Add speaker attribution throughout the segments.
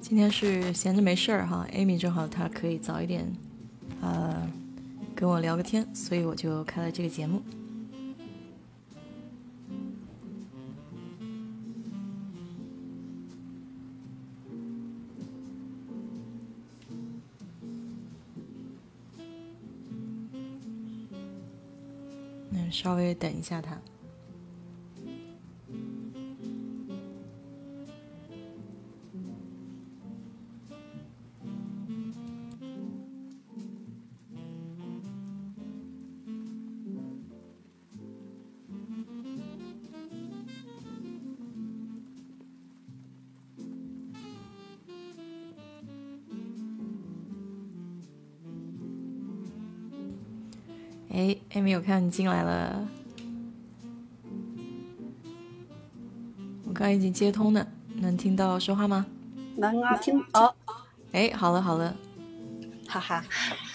Speaker 1: 今天是闲着没事儿哈，Amy 正好她可以早一点，呃，跟我聊个天，所以我就开了这个节目。嗯，稍微等一下他。哎，艾米，我看你进来了，我刚已经接通了，能听到说话吗？
Speaker 2: 能啊，听哦，
Speaker 1: 哎，好了好了，
Speaker 2: 哈哈，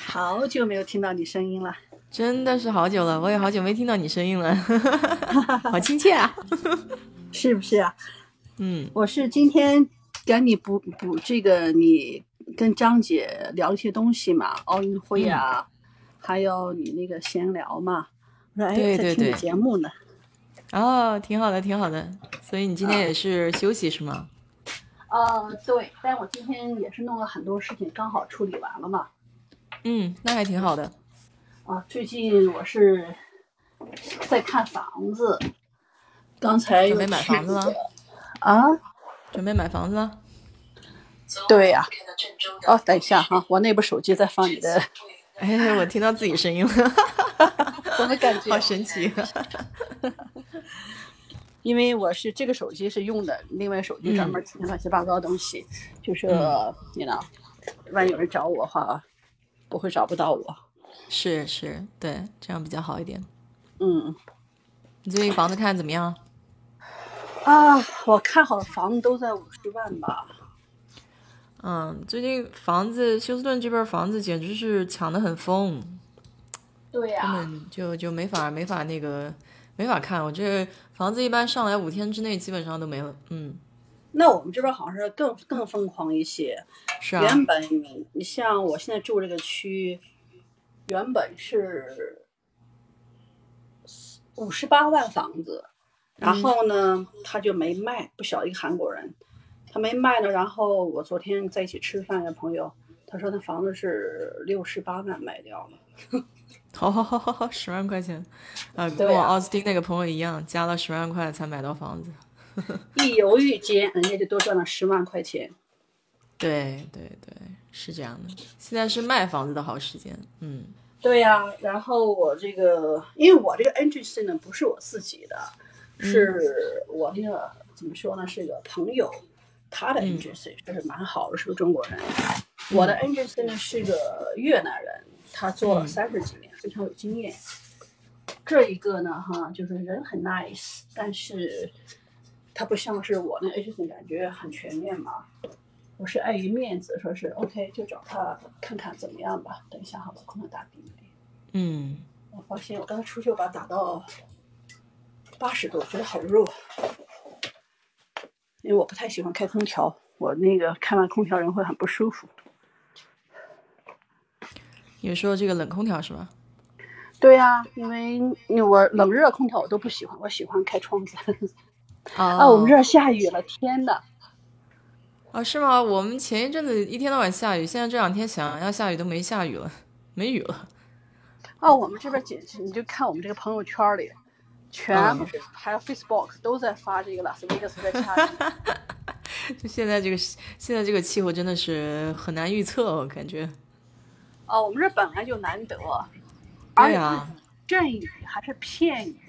Speaker 2: 好久没有听到你声音了，
Speaker 1: 真的是好久了，我也好久没听到你声音了， 好亲切啊！
Speaker 2: 是不是啊？
Speaker 1: 嗯，
Speaker 2: 我是今天赶你补补这个，你跟张姐聊一些东西嘛，奥运会啊，还有你那个闲聊嘛。我说哎，
Speaker 1: 对对
Speaker 2: 在听你
Speaker 1: 对
Speaker 2: 节目呢。
Speaker 1: 哦，挺好的挺好的，所以你今天也是休息是吗？
Speaker 2: 呃，对，但我今天也是弄了很多事情，刚好处理完了嘛。
Speaker 1: 嗯，那还挺好的。
Speaker 2: 啊，最近我是在看房子，刚才
Speaker 1: 准备买房子了，
Speaker 2: 啊？
Speaker 1: 准备买房子了？
Speaker 2: 对呀、啊哦，等一下哈、我那部手机在放你的。
Speaker 1: 哎，我听到自己声音了，
Speaker 2: 怎么感觉啊
Speaker 1: 好？神奇！
Speaker 2: 因为我是这个手机是用的，另外手机专门听乱七八糟的东西，就是
Speaker 1: 嗯
Speaker 2: 你呢，万一有人找我的话，不会找不到我。
Speaker 1: 是是，对，这样比较好一点。
Speaker 2: 嗯
Speaker 1: 你最近房子看得怎么样？
Speaker 2: 啊，我看好的房子都在五十万吧。
Speaker 1: 嗯，最近房子休斯顿这边房子简直是抢得很疯，
Speaker 2: 对呀、
Speaker 1: 根本就就没法没法那个没法看。我这房子一般上来五天之内基本上都没了。嗯，
Speaker 2: 那我们这边好像是更更疯狂一些。
Speaker 1: 是啊，
Speaker 2: 原本你像我现在住这个区，原本是五十八万房子，然后呢，他就没卖，不小一个韩国人，他没卖呢。然后我昨天在一起吃饭的朋友，他说那房子是六十八万卖掉了。
Speaker 1: 好好好好好，十万块钱，呃，跟
Speaker 2: 对
Speaker 1: 我
Speaker 2: 啊
Speaker 1: 奥斯汀那个朋友一样，加了十万块才买到房子。
Speaker 2: 一犹豫间，人家就多赚了十万块钱。
Speaker 1: 对对对，是这样的。现在是卖房子的好时间。嗯
Speaker 2: 对呀、然后我这个，因为我这个 agency 呢不是我自己的，是我那个怎么说呢，是一个朋友，他的 agency 就是蛮好的，是个中国人。我的 agency 呢是个越南人，他做了
Speaker 1: 嗯
Speaker 2: 三十几年，非常有经验。这一个呢，哈，就是人很 nice，但是他不像是我那 agency 感觉很全面嘛。我是碍于面子，说是 OK 就找他看看怎么样吧。等一下哈，我空了打地雷。
Speaker 1: 嗯，
Speaker 2: 我发现我刚才出去我把它打到八十度，觉得好热，因为我不太喜欢开空调，我那个开完空调人会很不舒服。
Speaker 1: 你说这个冷空调是吧？
Speaker 2: 对呀、因为因为我冷热空调我都不喜欢，我喜欢开窗子。 啊，我们这儿下雨了，天呐！
Speaker 1: 啊，是吗？我们前一阵子一天到晚下雨，现在这两天想要下雨都没下雨了，没雨了。
Speaker 2: 啊，我们这边简直你就看我们这个朋友圈里，全部是还有 Facebook 都在发这个拉斯维加斯在下 雨。
Speaker 1: 就现在这个现在这个气候真的是很难预测、哦，感觉。
Speaker 2: 啊，我们这儿本来就难得，
Speaker 1: 对啊，
Speaker 2: 阵雨还是片雨，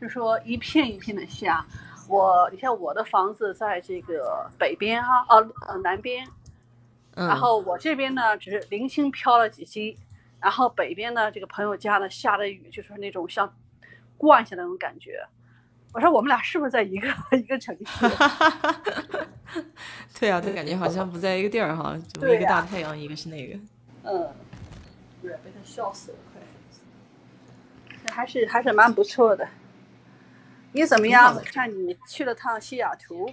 Speaker 2: 就说一片一片的下。我，你像我的房子在这个北边哈、啊，呃呃南边，
Speaker 1: 嗯，
Speaker 2: 然后我这边呢只是零星飘了几滴，然后北边呢这个朋友家呢下的雨就是那种像灌下的那种感觉。我说我们俩是不是在一个 一个城 市？
Speaker 1: 对啊，就感觉好像不在一个地儿哈，怎么一
Speaker 2: 对
Speaker 1: 个
Speaker 2: 呀
Speaker 1: 大太阳，一个是那个。
Speaker 2: 嗯，对，被他笑死了，快！那还是还是蛮不错的。你怎么
Speaker 1: 挺好
Speaker 2: 样？
Speaker 1: 的
Speaker 2: 我看你去了趟西雅图，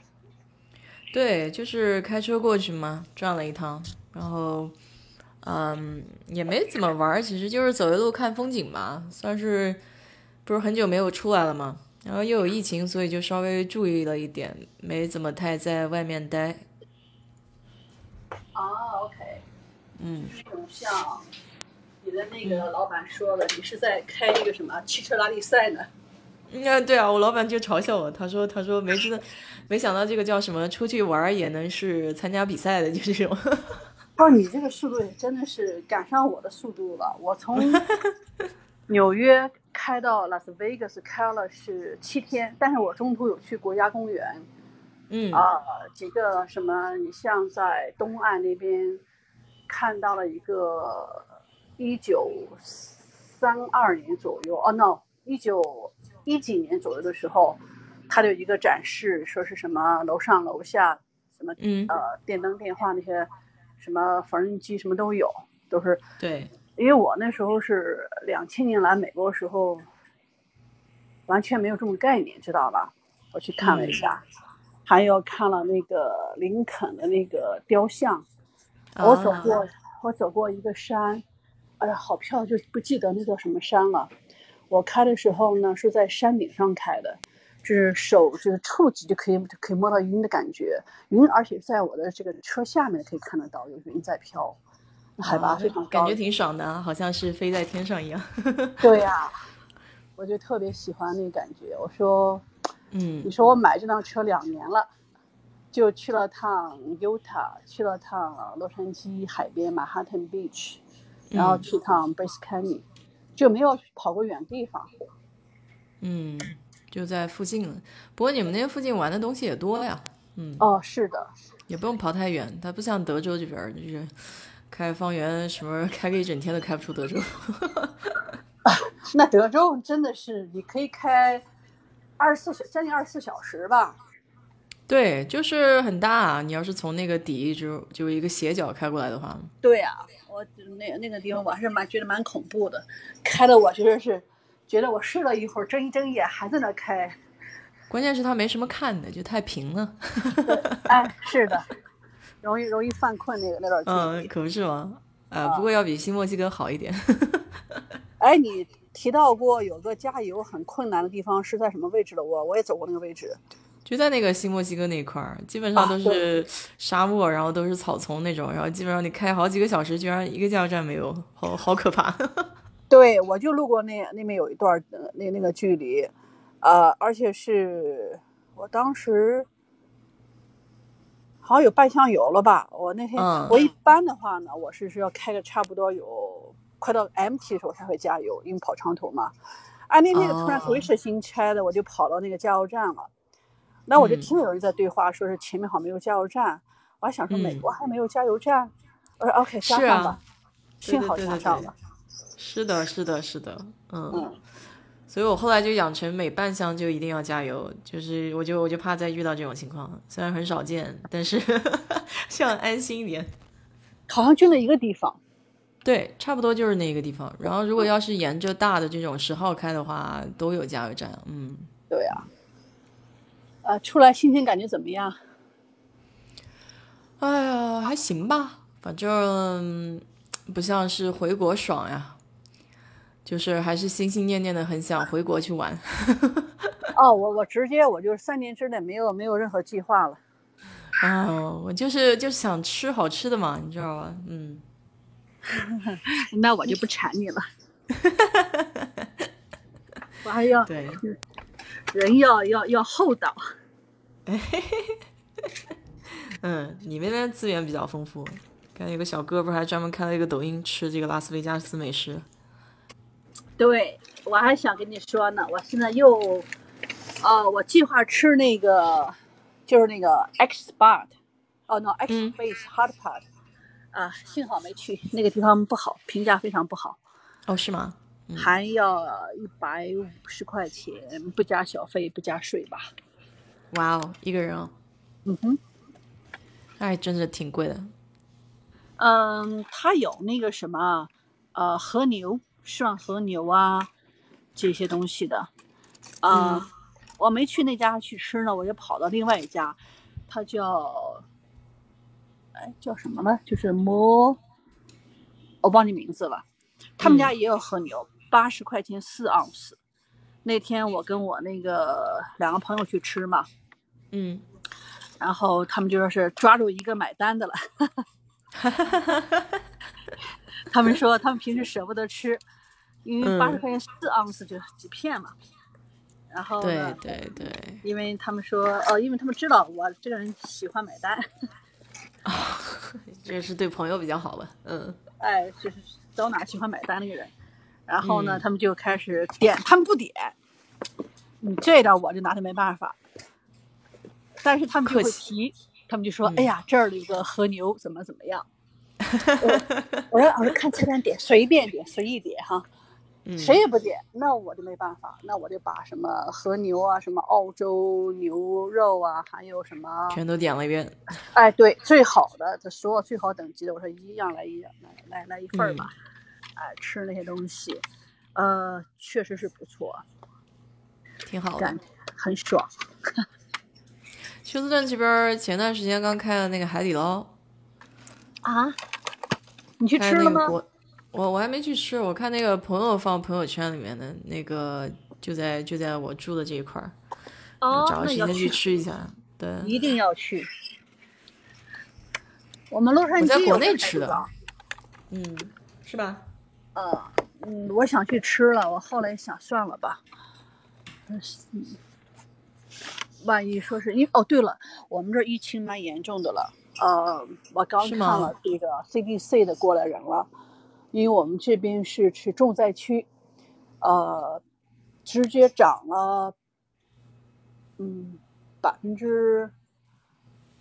Speaker 1: 对，就是开车过去嘛，转了一趟，然后，嗯，也没怎么玩儿，其实就是走一路看风景吧，算是不是很久没有出来了嘛，然后又有疫情，所以就稍微注意了一点，没怎么太在外面待。
Speaker 2: 啊，OK，
Speaker 1: 嗯，
Speaker 2: 这种像你的那个老板说了，你是在开一个什么汽车拉力赛呢？
Speaker 1: 嗯啊，对啊，我老板就嘲笑我，他说他说没知道， 没想到这个叫什么，出去玩儿也能是参加比赛的，就这种。
Speaker 2: 哦，你这个速度也真的是赶上我的速度了。我从纽约开到拉斯维加斯开了是七天，但是我中途有去国家公园，
Speaker 1: 嗯
Speaker 2: 啊，几个什么，你像在东岸那边看到了一个一九三二年左右，哦，no，一九一几年左右的时候，它就有一个展示，说是什么楼上楼下什么
Speaker 1: 嗯，
Speaker 2: 呃电灯电话那些，什么缝纫机什么都有，都是
Speaker 1: 对，
Speaker 2: 因为我那时候是两千年来美国的时候，完全没有这种概念，知道吧？我去看了
Speaker 1: 嗯
Speaker 2: 一下，还有看了那个林肯的那个雕像。我走
Speaker 1: 啊
Speaker 2: 过，我走过一个山，哎呀，好漂亮，就不记得那叫什么山了。我开的时候呢，是在山顶上开的，就是手就是触及就可以就可以摸到云的感觉，云而且在我的这个车下面可以看得到有云在飘，海拔
Speaker 1: 啊
Speaker 2: 非常高，
Speaker 1: 感觉挺爽的啊，好像是飞在天上一样。
Speaker 2: 对呀、我就特别喜欢那个感觉。我说，你
Speaker 1: 嗯
Speaker 2: 说我买这辆车两年了，就去了趟 Utah，去了趟洛杉矶海边 Manhattan Beach，然后去趟 b r a c e Canyon，、就没有跑过远地方。
Speaker 1: 嗯，就在附近了。不过你们那附近玩的东西也多呀，嗯，
Speaker 2: 哦，是的，
Speaker 1: 也不用跑太远。它不像德州这边儿，就是开方圆什么 开个一整天都开不出德州。
Speaker 2: 那德州真的是你可以开二十四小将近二十四小时吧。
Speaker 1: 对，就是很大啊。你要是从那个底就就一个斜角开过来的话，
Speaker 2: 对呀、我那那个地方我还是蛮觉得蛮恐怖的，开的我觉得是，觉得我睡了一会儿，睁一睁眼还在那开。
Speaker 1: 关键是它没什么看的，就太平了。
Speaker 2: 哎，是的，容易容易犯困那个那段距
Speaker 1: 嗯，
Speaker 2: 离。
Speaker 1: 可不是吗？呃，不过要比新墨西哥好一点。
Speaker 2: 哎，你提到过有个加油很困难的地方是在什么位置的？我我也走过那个位置。
Speaker 1: 就在那个新墨西哥那一块儿，基本上都是沙漠，然后都是草丛那种，然后基本上你开好几个小时，居然一个加油站没有，好好可怕。
Speaker 2: 对，我就路过那那边有一段呃那那个距离，呃，而且是我当时好像有半箱油了吧？我那天、
Speaker 1: 嗯
Speaker 2: 我一般的话呢，我是是要开个差不多有快到 empty 的时候才会加油，因为跑长途嘛。啊，那天突然
Speaker 1: 哦
Speaker 2: 回是新拆的，我就跑到那个加油站了。那我就
Speaker 1: 嗯
Speaker 2: 听有人在对话，说是前面好像没有加油站，我还想说美
Speaker 1: 嗯
Speaker 2: 国还没有加油站，我说 OK 加
Speaker 1: 是
Speaker 2: 上
Speaker 1: 啊
Speaker 2: 吧，
Speaker 1: 对
Speaker 2: 幸
Speaker 1: 对
Speaker 2: 好
Speaker 1: 对
Speaker 2: 加
Speaker 1: 对
Speaker 2: 上
Speaker 1: 对
Speaker 2: 了，
Speaker 1: 是的，是的，是的，嗯。
Speaker 2: 嗯。
Speaker 1: 所以我后来就养成每半箱就一定要加油，就是我就我就怕再遇到这种情况，虽然很少见，但是 想安心一点。
Speaker 2: 好像就那一个地方。
Speaker 1: 对，差不多就是那个地方。然后如果要是沿着大的这种十号开的话，都有加油站，嗯。
Speaker 2: 对呀、啊，出来心情感觉怎么样？
Speaker 1: 哎呀，还行吧，反正嗯不像是回国爽呀，就是还是心心念念的很想回国去玩。
Speaker 2: 哦，我我直接我就是三年之内没有没有任何计划了。
Speaker 1: 啊、我就是就是想吃好吃的嘛，你知道吧？嗯，
Speaker 2: 那我就不缠你 了。我还要
Speaker 1: 对，
Speaker 2: 人要要要厚道。
Speaker 1: 嗯，你们那边资源比较丰富。刚才有个小哥不是还专门开了一个抖音吃这个拉斯维加斯美食？
Speaker 2: 对，我还想跟你说呢，我现在又，呃，我计划吃那个，就是那个 X Spot，哦，no X
Speaker 1: 嗯
Speaker 2: Space Hot Pot，、啊，幸好没去，那个地方不好，评价非常不好。
Speaker 1: 哦，是吗？
Speaker 2: 还要一百五十块钱，不加小费，不加税吧？
Speaker 1: 哇哦，一个人哦，
Speaker 2: 嗯哼，
Speaker 1: 哎，真的挺贵的。
Speaker 2: 嗯，它有那个什么，呃，和牛，涮和牛啊，这些东嗯西的。啊、我没去那家去吃呢，我就跑到另外一家，它叫，哎，叫什么呢？就是摩，我忘记名字了。他们家
Speaker 1: 嗯
Speaker 2: 也有和牛，八十块钱四盎司。那天我跟我那个两个朋友去吃嘛，
Speaker 1: 嗯，
Speaker 2: 然后他们就说是抓住一个买单 的了。他们说他们平时舍不得吃，因为
Speaker 1: 嗯
Speaker 2: 八十块钱四盎司就是几片嘛。然后
Speaker 1: 对
Speaker 2: 呢，
Speaker 1: 对对，
Speaker 2: 因为他们说哦，因为他们知道我这个人喜欢买单，
Speaker 1: 这是对朋友比较好吧？嗯
Speaker 2: 哎，就是走哪儿喜欢买单那个人。然后呢，
Speaker 1: 嗯
Speaker 2: 他们就开始点，他们不点，你这点我就拿他没办法。但是他们就
Speaker 1: 客
Speaker 2: 会
Speaker 1: 气
Speaker 2: 提，他们就说：“
Speaker 1: 嗯
Speaker 2: 哎呀，这儿有个和牛，怎么怎 么样。我”我说：“我说看菜单点，随便点，随意点哈，
Speaker 1: 嗯，
Speaker 2: 谁也不点，那我就没办法，那我就把什么和牛啊，什么澳洲牛肉啊，还有什么
Speaker 1: 全都点了一遍，
Speaker 2: 哎，对，最好的，这所有最好等级的，我说一样来一样来来来一份
Speaker 1: 嗯
Speaker 2: 儿吧，哎，吃那些东西，呃，确实是不错，
Speaker 1: 挺好的
Speaker 2: 感。觉很爽。
Speaker 1: 休斯顿这边前段时间刚开了那个海底捞，
Speaker 2: 啊，你去
Speaker 1: 开
Speaker 2: 吃了
Speaker 1: 那个
Speaker 2: 吗？
Speaker 1: 国，我我还没去吃，我看那个朋友放朋友圈里面的那个，就在就在我住的这一块儿，
Speaker 2: 哦，
Speaker 1: 找个
Speaker 2: 那
Speaker 1: 时
Speaker 2: 要
Speaker 1: 间去
Speaker 2: 去，
Speaker 1: 吃一下。对，
Speaker 2: 一定要去。我们洛杉矶
Speaker 1: 我在
Speaker 2: 有
Speaker 1: 国内
Speaker 2: 个
Speaker 1: 吃的
Speaker 2: 海底捞，
Speaker 1: 嗯，是吧？
Speaker 2: 呃，嗯，我想去吃了，我后来想算了吧，嗯，万一说是因为哦，对了，我们这儿疫情蛮严重的了，呃，我刚
Speaker 1: 是
Speaker 2: 看
Speaker 1: 吗
Speaker 2: 了这个 CDC 的过来人了，因为我们这边是去重灾区，呃，直接涨了，嗯，百分之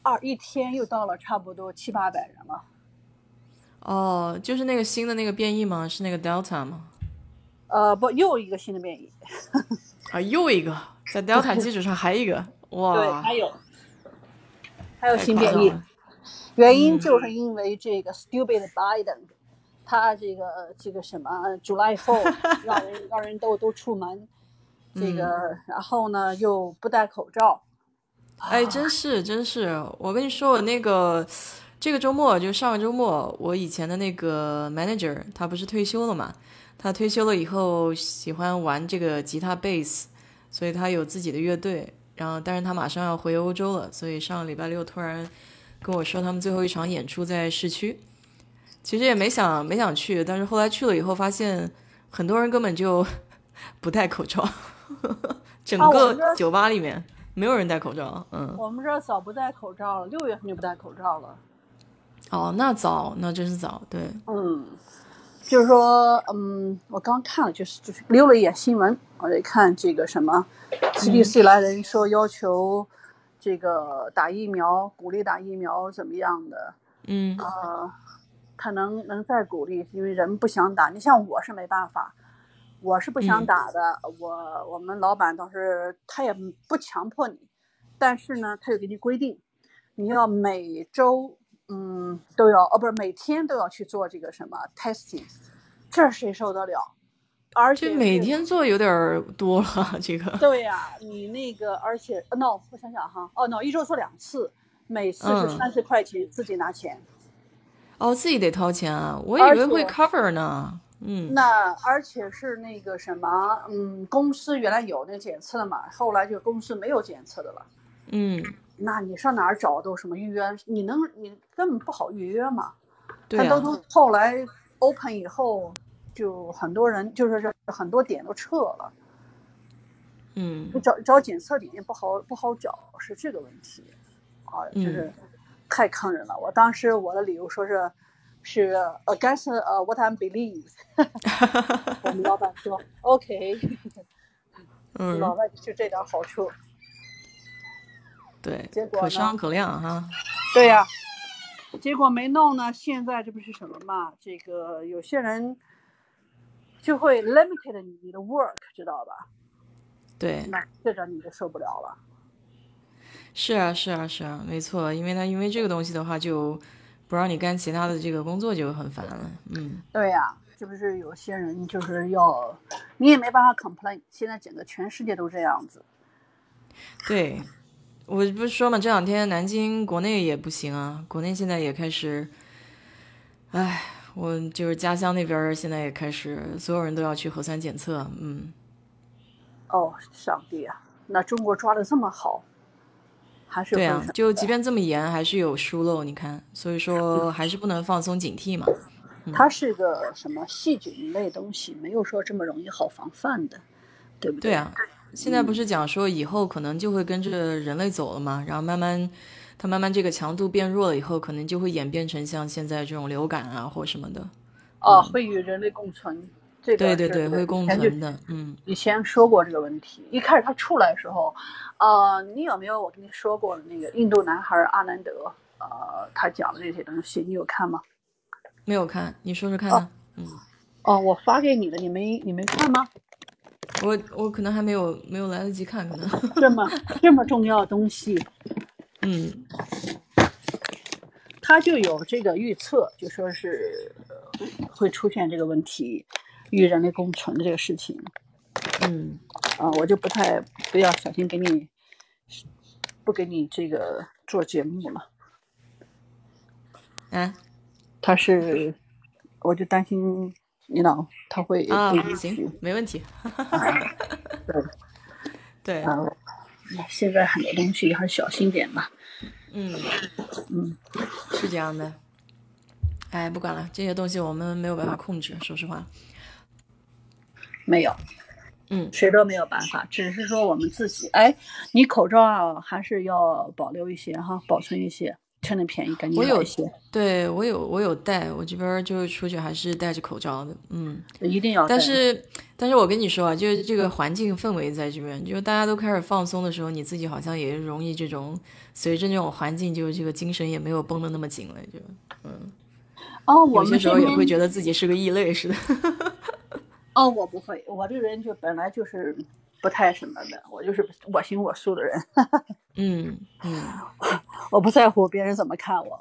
Speaker 2: 二，一天又到了差不多七八百人了。
Speaker 1: 哦，就是那个新的那个变异吗？是那个 Delta 吗？
Speaker 2: 呃，不，又一个新的变异，
Speaker 1: 啊，又一个，在 Delta 基础上还一个，
Speaker 2: 对，
Speaker 1: 哇，
Speaker 2: 还有还有
Speaker 1: 太
Speaker 2: 新
Speaker 1: 夸
Speaker 2: 变
Speaker 1: 张
Speaker 2: 异，
Speaker 1: 了
Speaker 2: 原因
Speaker 1: 嗯
Speaker 2: 就是因为这个 stupid Biden，他这个这个什么 July Fourth 让人让人都都出门，这个然后呢又不戴口罩，
Speaker 1: 哎，真是真是，我跟你说，我那个这个周末就上个周末，我以前的那个 manager 他不是退休了嘛？他退休了以后喜欢玩这个吉他 bass，所以他有自己的乐队。然后，但是他马上要回欧洲了，所以上个礼拜六突然跟我说他们最后一场演出在市区。其实也没想没想去，但是后来去了以后发现很多人根本就 不戴口罩， 整
Speaker 2: 啊我
Speaker 1: 个
Speaker 2: 们这儿
Speaker 1: 酒吧里面没有人戴口罩。嗯，
Speaker 2: 我们这儿早不戴口罩了，六月份就不戴口罩了。
Speaker 1: 哦，那早，那真是早，对，
Speaker 2: 嗯，就是说，嗯，我刚看了，就是就是溜了一眼新闻，我一看这个什么 CDC 来人说要求这个打疫苗，鼓励打疫苗怎么样的，
Speaker 1: 嗯
Speaker 2: 呃，他能能再鼓励，因为人不想打。你像我是没办法，我是不想
Speaker 1: 嗯
Speaker 2: 打的。我我们老板倒是他也不强迫你，但是呢，他有给你规定，你要每周嗯都要哦，不是每天都要去做这个什么 testing，这谁受得了？而且
Speaker 1: 这每
Speaker 2: 是
Speaker 1: 天做有点儿多了，这个，
Speaker 2: 对呀、你那个，而且呃 no，我想想哈，哦 no，一周做两次，每次
Speaker 1: 嗯
Speaker 2: 是三十块钱，自己拿钱。
Speaker 1: 哦，自己得掏钱啊，我
Speaker 2: 而
Speaker 1: 以为会
Speaker 2: 且
Speaker 1: cover 呢，嗯，
Speaker 2: 那而且是那个什么，嗯，公司原来有那检测的嘛，后来就公司没有检测的了。
Speaker 1: 嗯，
Speaker 2: 那你上哪儿找都什么预约？你能你根本不好预约嘛。
Speaker 1: 对啊呀、
Speaker 2: 但都都后来 open 以后，就很多人就是这很多点都撤了，
Speaker 1: 嗯
Speaker 2: 就，找找检测点也不好不好找，是这个问题。啊，就
Speaker 1: 嗯
Speaker 2: 是太坑人了。我当时我的理由说是是 against 呃、what I believe。我们老板说 OK。老
Speaker 1: 嗯，
Speaker 2: 外就这点好处。
Speaker 1: 对
Speaker 2: 结，果
Speaker 1: 可
Speaker 2: 呢
Speaker 1: 商可量哈，
Speaker 2: 对呀、结果没弄呢，现在这不是什么嘛？这个有些人就会 limited 你的 work，知道吧？
Speaker 1: 对，
Speaker 2: 那这点你就受不了了。
Speaker 1: 是啊，是啊，是啊，没错，因为他因为这个东西的话，就不让你干其他的这个工作就很烦了，嗯，
Speaker 2: 对呀、这不是有些人就是要你也没办法 complain。现在整个全世界都这样子。
Speaker 1: 对，我不是说嘛，这两天南京国内也不行啊，国内现在也开始，唉，我就是家乡那边儿现在也开始，所有人都要去核酸检测，嗯，
Speaker 2: 哦，上帝啊！那中国抓的这么好，还是
Speaker 1: 对
Speaker 2: 分
Speaker 1: 啊
Speaker 2: 散，
Speaker 1: 就
Speaker 2: 的
Speaker 1: 即便这么严，还是有疏漏，你看，所以说还是不能放松警惕嘛。
Speaker 2: 嗯它是个什么细菌类东西，没有说这么容易好防范的，对不
Speaker 1: 对
Speaker 2: 对嗯
Speaker 1: 啊，现在不是讲说以后可能就会跟着人类走了嘛，然后慢慢，它慢慢这个强度变弱了以后，可能就会演变成像现在这种流感啊或什么的。
Speaker 2: 哦，会与人类共存，这
Speaker 1: 嗯
Speaker 2: 个
Speaker 1: 对对
Speaker 2: 是
Speaker 1: 对，会共。
Speaker 2: 以前
Speaker 1: 存
Speaker 2: 就
Speaker 1: 的，嗯。
Speaker 2: 以前说过这个问题，一开始它出来的时候，呃，你有没有我跟你说过那个印度男孩阿南德，呃，他讲的这些东西，你有看吗？
Speaker 1: 没有看，你说说看啊。嗯，
Speaker 2: 哦，我发给你了，你没你没看吗？
Speaker 1: 我我可能还没有没有来得及看，可 能。
Speaker 2: 这么这么重要的东西，
Speaker 1: 嗯
Speaker 2: 他就有这个预测，就说是呃会出现这个问题，与人类共存的这个事情
Speaker 1: 嗯，
Speaker 2: 啊、我就不太不要小心给你不给你这个做节目了。
Speaker 1: 哎
Speaker 2: 他是，我就担心你老他会
Speaker 1: 啊
Speaker 2: 不，
Speaker 1: 行，没问 题。 对，
Speaker 2: 啊，那现在很多东西还是小心点吧。
Speaker 1: 嗯
Speaker 2: 嗯，
Speaker 1: 是这样的。哎，不管了，这些东西我们没有办法控制，说实话。
Speaker 2: 没有，
Speaker 1: 嗯，
Speaker 2: 谁都没有办法，只是说我们自己。哎，你口罩啊还是要保留一些哈，保存一些，趁着便宜赶紧
Speaker 1: 我
Speaker 2: 买
Speaker 1: 有
Speaker 2: 一些，
Speaker 1: 对我有我有戴，我这边儿就是出去还是戴着口罩的。嗯，
Speaker 2: 一定要戴。
Speaker 1: 但是但是我跟你说啊，就是这个环境氛围在这边，就是大家都开始放松的时候，你自己好像也容易这种随着这种环境，就是这个精神也没有绷得那么紧了，就
Speaker 2: 哦，我
Speaker 1: 有
Speaker 2: 们
Speaker 1: 些时候也会觉
Speaker 2: 得
Speaker 1: 得自己是个异类似的。
Speaker 2: 哦，我不会，我这个人就本来就是不太什么的，我就是我行我素的人，
Speaker 1: 嗯嗯，
Speaker 2: 我不在乎别人怎么看我。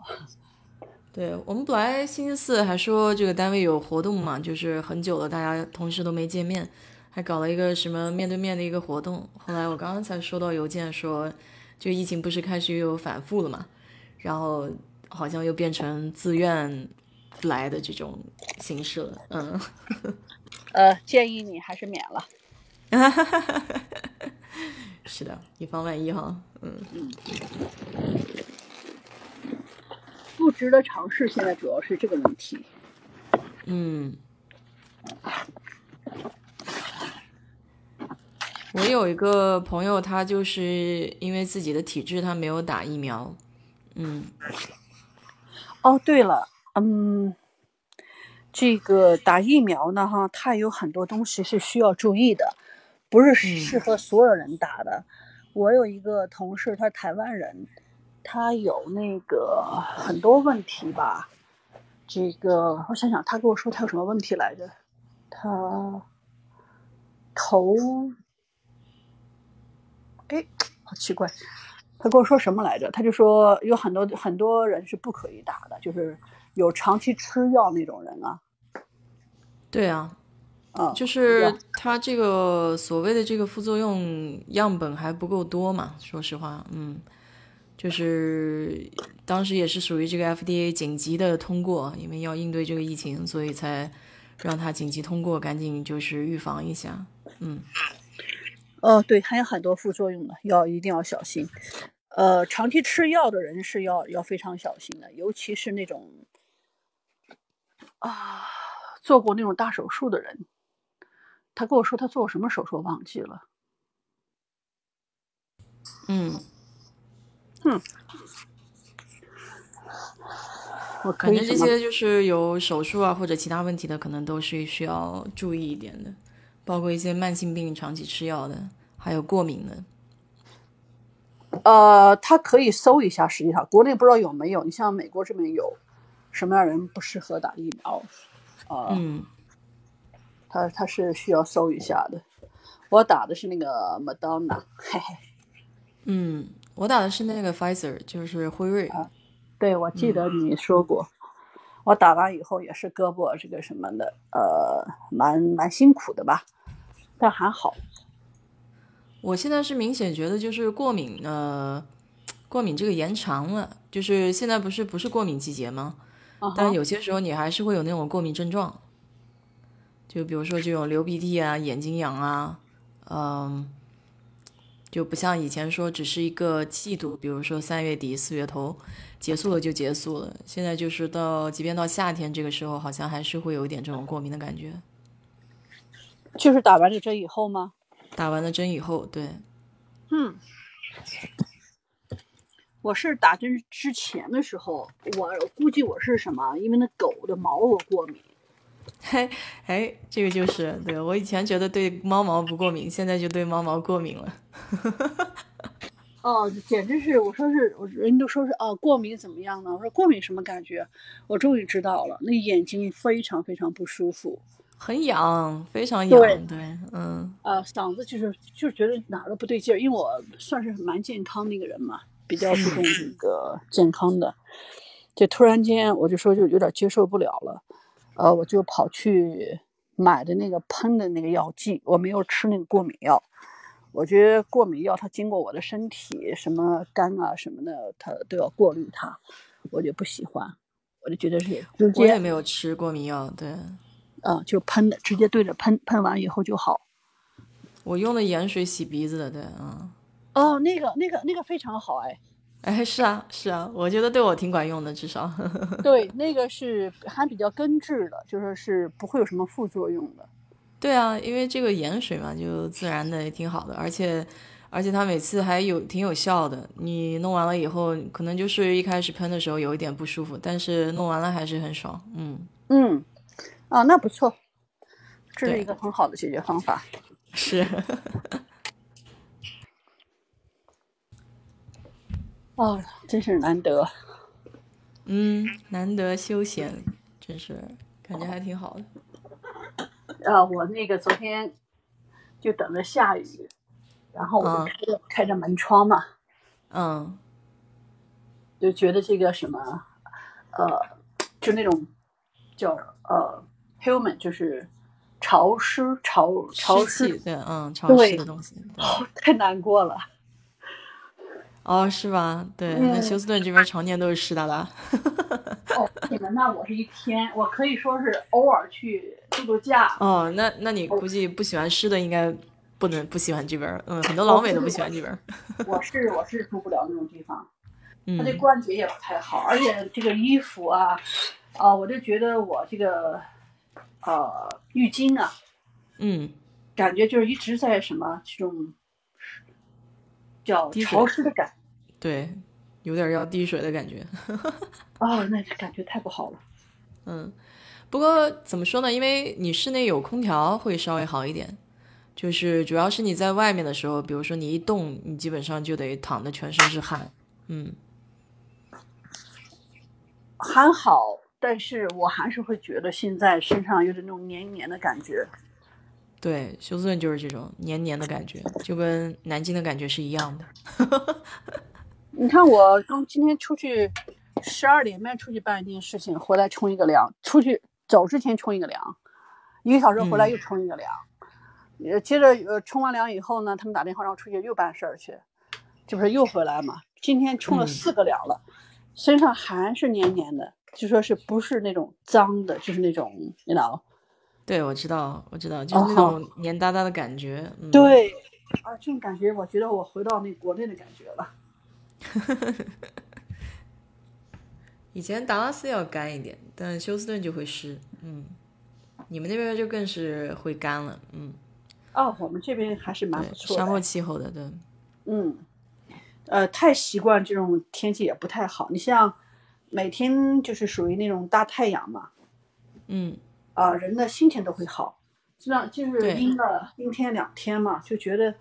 Speaker 1: 对我们本来星期四还说这个单位有活动嘛，就是很久了，大家同事都没见面，还搞了一个什么面对面的一个活动。后来我刚刚才收到邮件说，这疫情不是开始又有反复了嘛，然后好像又变成自愿来的这种形式了。嗯，
Speaker 2: 呃，建议你还是免了。
Speaker 1: 是的，以防万一哈。嗯，
Speaker 2: 不值得尝试，现在主要是这个问题。
Speaker 1: 嗯，我有一个朋友，他就是因为自己的体质，他没有打疫苗。嗯，
Speaker 2: 哦，对了，嗯，这个打疫苗呢，哈，它有很多东西是需要注意的，不是适合所有人打的。我有一个同事，他台湾人，他有那个很多问题吧。这个我想想，他跟我说他有什么问题来着？他头，哎，好奇怪，他跟我说什么来着？他就说有很多很多人是不可以打的，就是有长期吃药那种人啊，
Speaker 1: 对啊，
Speaker 2: 嗯，
Speaker 1: 就是
Speaker 2: 呀
Speaker 1: 他这个所谓的这个副作用样本还不够多嘛，说实话，嗯，就是当时也是属于这个 FDA 紧急的通过，因为要应对这个疫情，所以才让他紧急通过，赶紧就是预防一下。嗯，
Speaker 2: 哦，对，还有很多副作用的，要一定要小心。呃，长期吃药的人是要要非常小心的，尤其是那种啊做过那种大手术的人。他跟我说他做过什么手术，我忘记了。
Speaker 1: 嗯，
Speaker 2: 我可
Speaker 1: 反
Speaker 2: 以
Speaker 1: 正这
Speaker 2: 什么
Speaker 1: 些就是有手术啊或者其他问题的，可能都是需要注意一点的，包括一些慢性病长期吃药的，还有过敏的。
Speaker 2: 呃，他可以搜一下，实际上国内不知道有没有。你像美国这边有什么样人不适合打疫苗？呃，
Speaker 1: 嗯
Speaker 2: 他他是需要搜一下的。我打的是那个 Madonna，嘿嘿，
Speaker 1: 嗯，我打的是那个 Pfizer，就是辉瑞。
Speaker 2: 对我记得你说过，我打完以后也是胳膊这个什么的，呃，蛮蛮辛苦的吧，但还好。
Speaker 1: 我现在是明显觉得就是过敏，呃，过敏这个延长了，就是现在不是不是过敏季节吗？
Speaker 2: 啊哈
Speaker 1: 但有些时候你还是会有那种过敏症状，就比如说这种流鼻涕啊、眼睛痒啊，嗯，就不像以前说只是一个季度，比如说三月底、四月头结束了就结束了，现在就是到即便到夏天这个时候，好像还是会有一点这种过敏的感觉。
Speaker 2: 就是打完了针以后吗？
Speaker 1: 打完了针以后，对，
Speaker 2: 嗯，我是打针之前的时候，我估计我是什么？因为那狗的毛我过敏。
Speaker 1: 嘿，哎，这个就是对我以前觉得对猫毛不过敏，现在就对猫毛过敏了。
Speaker 2: 哦，简直是！我说是，我人都说是哦，过敏怎么样呢？我说过敏什么感觉？我终于知道了，那眼睛非常非常不舒服，
Speaker 1: 很痒，非常痒，
Speaker 2: 对
Speaker 1: 对，嗯，
Speaker 2: 呃，嗓子就是就是觉得哪儿都不对劲儿，因为我算是蛮健康的一个人嘛，比较注重这个健康的，就突然间我就说就有点接受不了了，呃，我就跑去买的那个喷的那个药剂，我没有吃那个过敏药，我觉得过敏药它经过我的身体什么肝啊什么的，它都要过滤它，我就不喜欢，我就觉得是直
Speaker 1: 我
Speaker 2: 接
Speaker 1: 也没有吃过敏药，对
Speaker 2: 啊、就喷的，直接对着喷，喷完以后就好。
Speaker 1: 我用的盐水洗鼻子的，对，嗯，
Speaker 2: 哦，那个那个那个非常好哎。
Speaker 1: 哎，是啊，是啊，我觉得对我挺管用的，至少，
Speaker 2: 对，那个是还比较根治的，就说是不会有什么副作用的。
Speaker 1: 对啊，因为这个盐水嘛，就自然的也挺好的，而且而且它每次还有挺有效的，你弄完了以后，可能就是一开始喷的时候有一点不舒服，但是弄完了还是很爽，嗯。
Speaker 2: 嗯，啊，那不错，这
Speaker 1: 对
Speaker 2: 是一个很好的解决方法。
Speaker 1: 是，
Speaker 2: 啊，真是难得。
Speaker 1: 嗯，难得休闲，真是感觉还挺好的。
Speaker 2: 啊，我那个昨天就等着下雨，然后我就
Speaker 1: 嗯
Speaker 2: 开着、开着门窗嘛，
Speaker 1: 嗯，
Speaker 2: 就觉得这个什么，呃，就那种叫呃 human，就是潮湿潮潮
Speaker 1: 湿气
Speaker 2: 湿，
Speaker 1: 对，嗯，潮
Speaker 2: 对
Speaker 1: 湿的东西。对
Speaker 2: 太难过了。
Speaker 1: 哦，是吧？对，那
Speaker 2: 嗯
Speaker 1: 休斯顿这边常年都是湿哒哒。
Speaker 2: 哦，你们那我是一天，我可以说是偶尔去度度假。
Speaker 1: 哦，那那你估计不喜欢湿的，应该不能不喜欢这边儿。嗯，很多老美都不喜欢这边儿。
Speaker 2: 我是我是住不了那种地方，他这
Speaker 1: 嗯，
Speaker 2: 关节也不太好，而且这个衣服啊，啊，我就觉得我这个呃浴巾啊，
Speaker 1: 嗯，
Speaker 2: 感觉就是一直在什么这种叫
Speaker 1: 滴水
Speaker 2: 潮湿的感
Speaker 1: 对，有点儿要滴水的感觉。
Speaker 2: 啊、那感觉太不好了。
Speaker 1: 嗯，不过怎么说呢？因为你室内有空调会稍微好一点，就是主要是你在外面的时候，比如说你一动，你基本上就得躺的全身是汗。嗯，
Speaker 2: 还好，但是我还是会觉得现在身上有点那种黏黏的感觉。
Speaker 1: 对，休斯顿就是这种黏黏的感觉，就跟南京的感觉是一样的。
Speaker 2: 你看我刚今天出去十二点半出去办一件事情，回来冲一个凉，出去走之前冲一个凉，一个小时回来又
Speaker 1: 嗯
Speaker 2: 冲一个凉，呃、接着呃冲完凉以后呢，他们打电话让我出去又办事儿去，这不是又回来嘛？今天冲了
Speaker 1: 嗯
Speaker 2: 四个凉了，身上还是黏黏的，就说是不是那种脏的，就是那种你知道吗？
Speaker 1: 对，我知道，我知道，就是那
Speaker 2: 哦
Speaker 1: 种黏哒哒的感觉。嗯，
Speaker 2: 对，啊，这种感觉我觉得我回到那国内的感觉了。
Speaker 1: 以前达拉斯要干一点，但休斯顿就会湿。嗯，你们那边就更是会干了。嗯，
Speaker 2: 哦，我们这边还是蛮
Speaker 1: 对
Speaker 2: 不，错的。
Speaker 1: 沙漠气候的，对，
Speaker 2: 嗯，呃，太习惯这种天气也不太好。你像每天就是属于那种大太阳嘛，
Speaker 1: 嗯，
Speaker 2: 啊、人的心情都会好。这样就是
Speaker 1: 对
Speaker 2: 阴了阴天两天嘛，就觉得，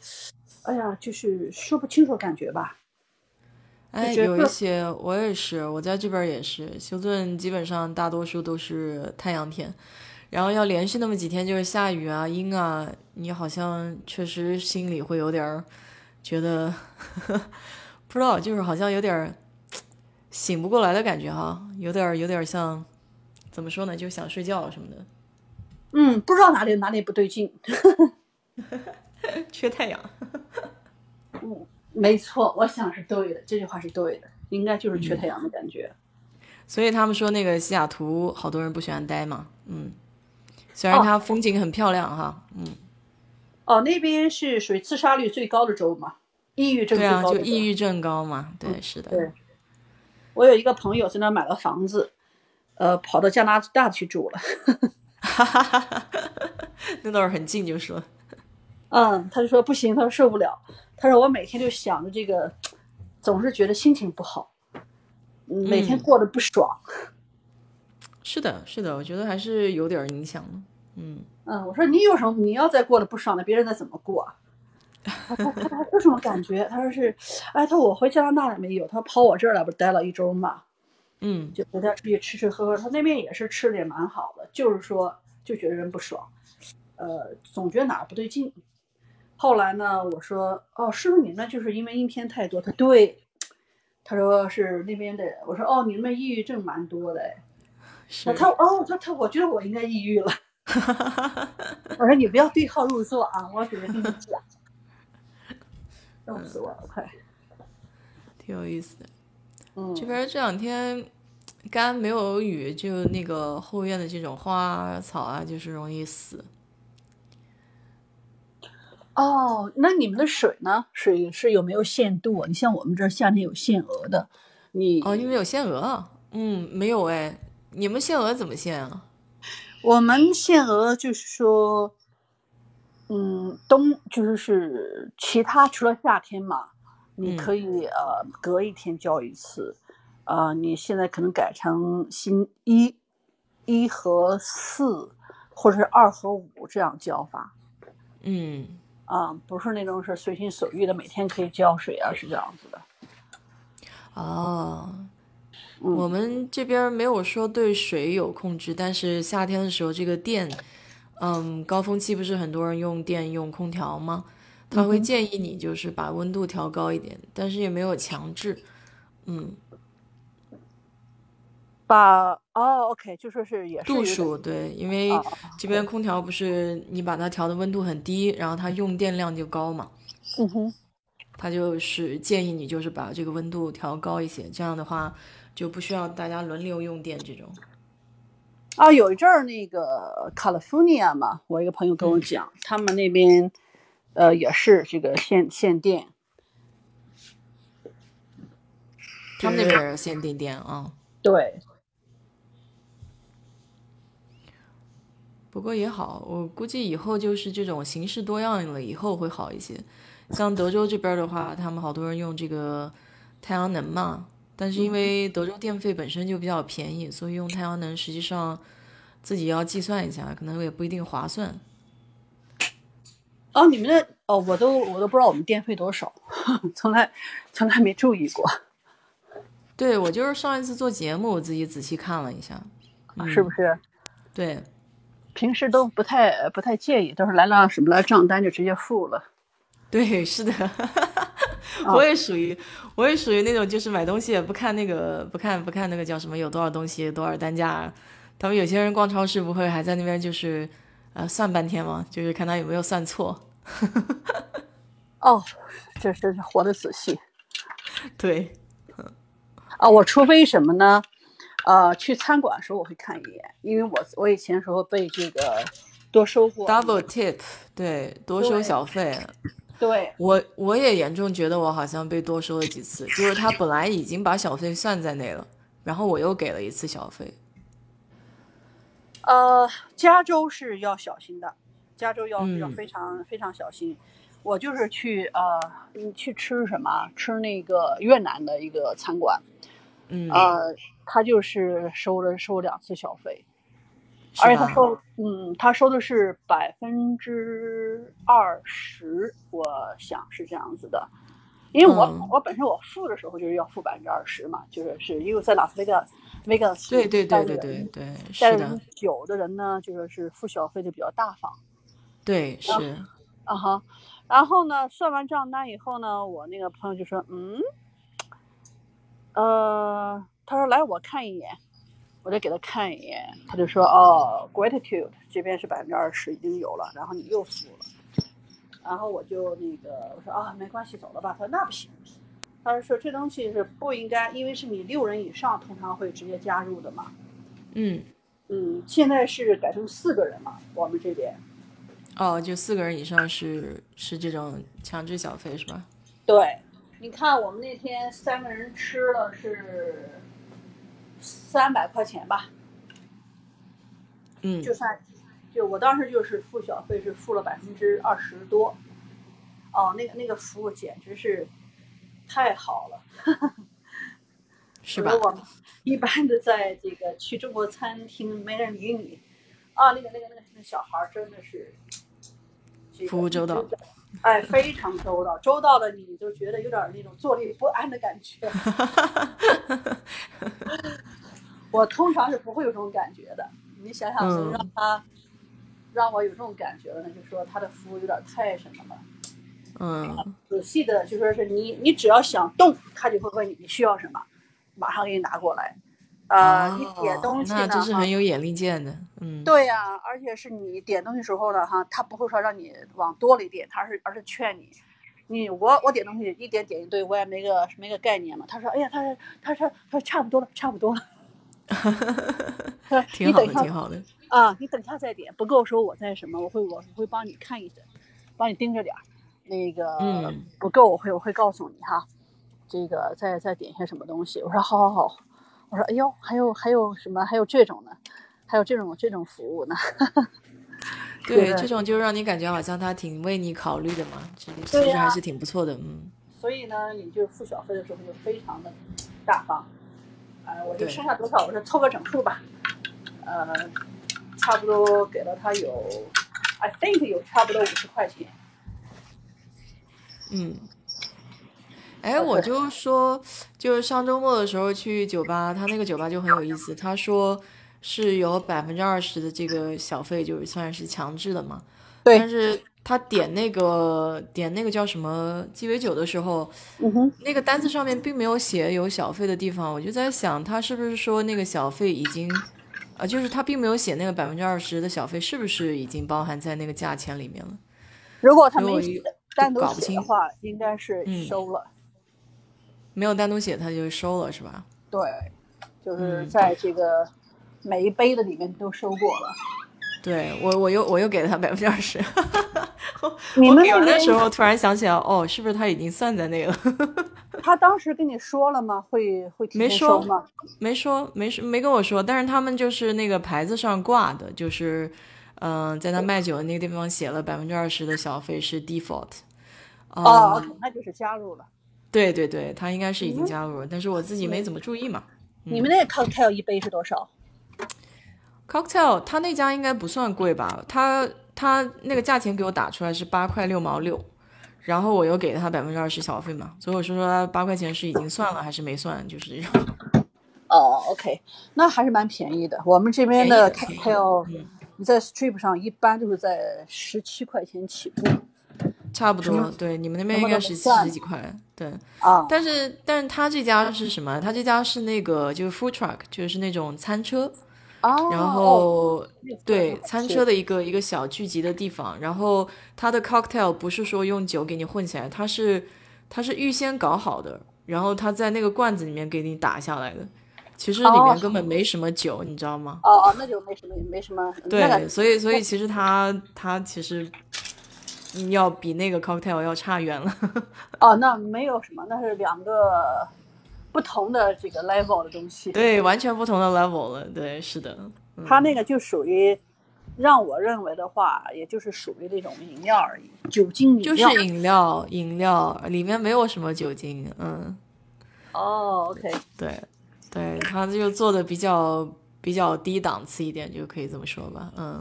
Speaker 2: 哎呀，就是说不清楚感觉吧。
Speaker 1: 哎，
Speaker 2: 觉
Speaker 1: 有
Speaker 2: 得
Speaker 1: 一些我也是，我在这边儿也是，休斯顿基本上大多数都是太阳天，然后要连续那么几天就是下雨啊、阴啊，你好像确实心里会有点儿觉得， 不知道，就是好像有点儿醒不过来的感觉哈，有点儿有点儿像怎么说呢，就想睡觉什么的，
Speaker 2: 嗯，不知道哪里哪里不对劲。
Speaker 1: 缺太阳。
Speaker 2: 没错，我想是对的，这句话是对的，应该就是
Speaker 1: 嗯
Speaker 2: 缺太阳的感觉。
Speaker 1: 所以他们说那个西雅图好多人不喜欢待嘛，嗯，虽然
Speaker 2: 哦
Speaker 1: 它风景很漂亮哈，嗯，
Speaker 2: 哦，那边是属于自杀率最高的州嘛，抑郁症
Speaker 1: 对
Speaker 2: 最
Speaker 1: 啊，
Speaker 2: 高
Speaker 1: 就
Speaker 2: 的州。嗯
Speaker 1: 抑郁症高嘛，对，是的，
Speaker 2: 对我有一个朋友在那儿买了房子，呃，跑到加拿大去住了。
Speaker 1: 哈哈哈哈， 那倒是很近就说，
Speaker 2: 嗯，他就说不行，他说受不了，他说我每天就想着这个，总是觉得心情不好，嗯每天
Speaker 1: 嗯
Speaker 2: 过得不爽。
Speaker 1: 是的，是的，我觉得还是有点儿影响的，嗯，
Speaker 2: 嗯，我说你有什么？你要再过得不爽了，别人再怎么过啊？他他他他有什么感觉？他说是，哎，他说我回加拿大了没有？他跑我这儿来不是待了一周嘛，
Speaker 1: 嗯，
Speaker 2: 就陪他出去吃吃喝喝。他那边也是吃的也蛮好的，就是说就觉得人不爽，呃，总觉得哪儿不对劲。后来呢，我说哦，师傅你那就是因为阴天太多。他对，他说是那边的人。我说哦，你们抑郁症蛮多的哎。
Speaker 1: 是
Speaker 2: 那，他哦，他他，我觉得我应该抑郁了。我说你不要对号入座啊，我只是跟你讲。弄死我了，快！
Speaker 1: 挺有意思的。
Speaker 2: 嗯，
Speaker 1: 这边这两天干没有雨，就那个后院的这种花啊、草啊，就是容易死。
Speaker 2: 哦，那你们的水呢？水是有没有限度啊？你像我们这儿夏天有限额的，你
Speaker 1: 哦，你们有限额啊？嗯，没有哎。你们限额怎么限啊？
Speaker 2: 我们限额就是说，嗯，冬就是是其他除了夏天嘛，你
Speaker 1: 嗯
Speaker 2: 可以、呃隔一天浇一次，啊、你现在可能改成新一一和四或者是二和五这样浇法
Speaker 1: 嗯，
Speaker 2: 啊、不是那种是随心所欲的，每天可以浇水啊，是这样子的。
Speaker 1: 哦，
Speaker 2: 嗯
Speaker 1: 我们这边没有说对水有控制，但是夏天的时候，这个电，嗯，高峰期不是很多人用电用空调吗？他会
Speaker 2: 嗯哼
Speaker 1: 建议你就是把温度调高一点，但是也没有强制。嗯，
Speaker 2: 把哦，OK，就说是也是有
Speaker 1: 度
Speaker 2: 点
Speaker 1: 数对，因为
Speaker 2: 哦
Speaker 1: 这边空调不是你把它调的温度很低，然后它用电量就高嘛，
Speaker 2: 嗯哼，
Speaker 1: 它就是建议你就是把这个温度调高一些，这样的话就不需要大家轮流用电这种。
Speaker 2: 啊，有一阵儿那个 California 嘛，我一个朋友跟我讲，他们那边呃也是这个限限电，
Speaker 1: 他们那边儿限定电啊，
Speaker 2: 对，
Speaker 1: 不过也好，我估计以后就是这种形式多样了，以后会好一些。像德州这边儿的话，他们好多人用这个太阳能嘛，但是因为德州电费本身就比较便宜，所以用太阳能实际上自己要计算一下，可能也不一定划算。
Speaker 2: 哦，你们那哦，我都我都不知道我们电费多少， 从来从来没注意过，
Speaker 1: 对我就是上一次做节目，我自己仔细看了一下，嗯
Speaker 2: 是不是？
Speaker 1: 对，
Speaker 2: 平时都不太呃不太介意，都是来了什么来账单就直接付了。
Speaker 1: 对，是的，
Speaker 2: 啊
Speaker 1: 我也属于，我也属于那种就是买东西也不看那个，不看不看那个叫什么有多少东西多少单价。他们有些人逛超市不会还在那边就是，呃，算半天嘛，就是看他有没有算错。
Speaker 2: 哦，这真是活得仔细
Speaker 1: 对，
Speaker 2: 啊！我除非什么呢？呃，去餐馆的时候我会看一眼，因为我我以前时候被这个多收过
Speaker 1: double tip，对，多收
Speaker 2: 对
Speaker 1: 小费。
Speaker 2: 对
Speaker 1: 我我也严重觉得我好像被多收了几次，就是他本来已经把小费算在内了，然后我又给了一次小费。
Speaker 2: 呃，加州是要小心的，加州要
Speaker 1: 嗯
Speaker 2: 要非常、非常小心。我就是去呃，你去吃什么？吃那个越南的一个餐馆，
Speaker 1: 嗯，
Speaker 2: 呃，他就是收了收两次小费，
Speaker 1: 是
Speaker 2: 而且他
Speaker 1: 吧
Speaker 2: 收，嗯，他收的是百分之二十，我想是这样子的，因为我、
Speaker 1: 嗯
Speaker 2: 我本身我付的时候就是要付百分之二十嘛，就是是因为在拉斯维加维加斯
Speaker 1: 对对
Speaker 2: 待
Speaker 1: 对
Speaker 2: 的
Speaker 1: 对
Speaker 2: 人
Speaker 1: 对对，是
Speaker 2: 但是
Speaker 1: 的，
Speaker 2: 有的人呢，就说是付小费就比较大方
Speaker 1: 对是。
Speaker 2: 啊哈。然后呢，算完账单以后呢，我那个朋友就说，嗯，呃，他说来我看一眼，我就给他看一眼，他就说哦，gratitude 这边是百分之二十已经有了，然后你又付了。然后我就那个我说啊，没关系，走了吧。他说那不行，他是说这东西是不应该，因为是你六人以上通常会直接加入的嘛。
Speaker 1: 嗯，
Speaker 2: 嗯，现在是改成四个人嘛，我们这边。
Speaker 1: 哦，就四个人以上是是这种强制小费是吧？
Speaker 2: 对，你看我们那天三个人吃了是三百块钱吧，
Speaker 1: 嗯
Speaker 2: 就算就我当时就是付小费是付了百分之二十多，哦，那个那个服务简直是太好了，
Speaker 1: 是吧
Speaker 2: 如？果我们 一般的在这个去中国餐厅没人理你，啊，那个那个那个那小孩儿真的是、这个
Speaker 1: 服务周到，
Speaker 2: 哎，非常周到，周到的你就觉得有点儿那种坐立不安的感 觉。我通常是不会有这种感觉的。你想想，
Speaker 1: 嗯
Speaker 2: 让他、让我有这种感觉了，那就说他的服务有点太什么了。
Speaker 1: 嗯，
Speaker 2: 仔细的就说是你，你只要想动，他就会问你你需要什么，马上给你拿过来。呃，
Speaker 1: 哦
Speaker 2: 你点东西
Speaker 1: 那
Speaker 2: 呢，
Speaker 1: 真是
Speaker 2: 哈
Speaker 1: 很有眼力见的，嗯，
Speaker 2: 对呀、而且是你点东西时候呢，哈，他不会说让你往多里点，他是而是劝你，你我我点东西一点点一堆，我也没个没个概念嘛。他说，哎呀，他说他说他说差不多了，差不多了。他说
Speaker 1: 挺好的，
Speaker 2: 你等一
Speaker 1: 挺
Speaker 2: 下
Speaker 1: 好的，
Speaker 2: 啊，你等一下再点，不够时候我再什么，我会我我会帮你看一下，帮你盯着点儿。那个、
Speaker 1: 嗯
Speaker 2: 不够，我会我会告诉你哈。这个再再点一些什么东西，我说好好好，我说哎呦，还有还有什么还有这种呢，还有这种这种服务呢。
Speaker 1: 对，
Speaker 2: 的
Speaker 1: 这种就让你感觉好像他挺为你考虑的嘛，其实其
Speaker 2: 对
Speaker 1: 实
Speaker 2: 呀
Speaker 1: 还是挺不错的，嗯，
Speaker 2: 所以呢，你就付小费的时候就非常的大方。呃，我就
Speaker 1: 对
Speaker 2: 剩下多少，我说凑个整数吧。呃，差不多给了他有，I think 有差不多五十块钱。
Speaker 1: 嗯，哎，我就说，就是上周末的时候去酒吧，他那个酒吧就很有意思。他说是有百分之二十的这个小费，就是算是强制的嘛。
Speaker 2: 对
Speaker 1: 但是他点那个点那个叫什么鸡尾酒的时候，
Speaker 2: 嗯哼，
Speaker 1: 那个单子上面并没有写有小费的地方，我就在想，他是不是说那个小费已经，呃，就是他并没有写那个百分之二十的小费是不是已经包含在那个价钱里面了？
Speaker 2: 如果他
Speaker 1: 如
Speaker 2: 没
Speaker 1: 果
Speaker 2: 写
Speaker 1: 有
Speaker 2: 单独
Speaker 1: 搞不
Speaker 2: 写的
Speaker 1: 清
Speaker 2: 话，应该是
Speaker 1: 嗯
Speaker 2: 收了。
Speaker 1: 没有单独写，他就收了是吧？
Speaker 2: 对，就是
Speaker 1: 嗯
Speaker 2: 在这个每一杯的里面都收过了。
Speaker 1: 对我，我又我又给了他百分之二十。
Speaker 2: 你
Speaker 1: 我
Speaker 2: 们
Speaker 1: 给
Speaker 2: 那
Speaker 1: 完的
Speaker 2: 边
Speaker 1: 时候突然想起来，哦，是不是他已经算在那个了？
Speaker 2: 他当时跟你说了吗？会会提
Speaker 1: 没
Speaker 2: 前收
Speaker 1: 说
Speaker 2: 吗？
Speaker 1: 没说，没说，没跟我说。但是他们就是那个牌子上挂的，就是，嗯、在他卖酒的那个地方写了百分之二十的小费是 default。嗯、
Speaker 2: 哦，那就是加入了。
Speaker 1: 对对对，他应该是已经加入了，但是我自己没怎么注意嘛。
Speaker 2: 你们那个 cocktail 一杯是多少？
Speaker 1: Cocktail，他那家应该不算贵吧？他他那个价钱给我打出来是八块六毛六，然后我又给了他百分之二十小费嘛，所以我说说他八块钱是已经算了还是没算，就是 这种。
Speaker 2: 哦，OK，那还是蛮便宜的。我们这
Speaker 1: 便
Speaker 2: 边
Speaker 1: 宜
Speaker 2: 的
Speaker 1: 的嗯
Speaker 2: cocktail，你在 strip 上一般都是在十七块钱起步
Speaker 1: 差不多，对，你们那边应该是七十几块，对。
Speaker 2: 啊。
Speaker 1: 但是，但是他这家是什么？他这家是那个就是 food truck，就是那种餐车，
Speaker 2: 哦，
Speaker 1: 然
Speaker 2: 哦嗯
Speaker 1: 后、
Speaker 2: 那个
Speaker 1: 对
Speaker 2: 很好
Speaker 1: 餐
Speaker 2: 吃
Speaker 1: 车的一个一个小聚集的地方。然后它的 cocktail 不是说用酒给你混起来，它是它是预先搞好的，然后它在那个罐子里面给你打下来的。其实里
Speaker 2: 哦
Speaker 1: 面根本没什么酒，你知道吗？
Speaker 2: 哦哦，那就没什么，没什么。那
Speaker 1: 对，
Speaker 2: 个
Speaker 1: 所以所以其实它它其实要比那个 cocktail 要差远了。
Speaker 2: 哦，那没有什么，那是两个不同的这个 level 的东西。
Speaker 1: 对，完全不同的 level 了。对，是的，
Speaker 2: 它那个就属于，让我认为的话，也就是属于那种饮料而已，酒精饮
Speaker 1: 就
Speaker 2: 料。
Speaker 1: 是饮料，饮料里面没有什么酒精。嗯，
Speaker 2: 哦，OK，
Speaker 1: 对，对，它就做的比较比较低档次一点，就可以这么说吧。嗯，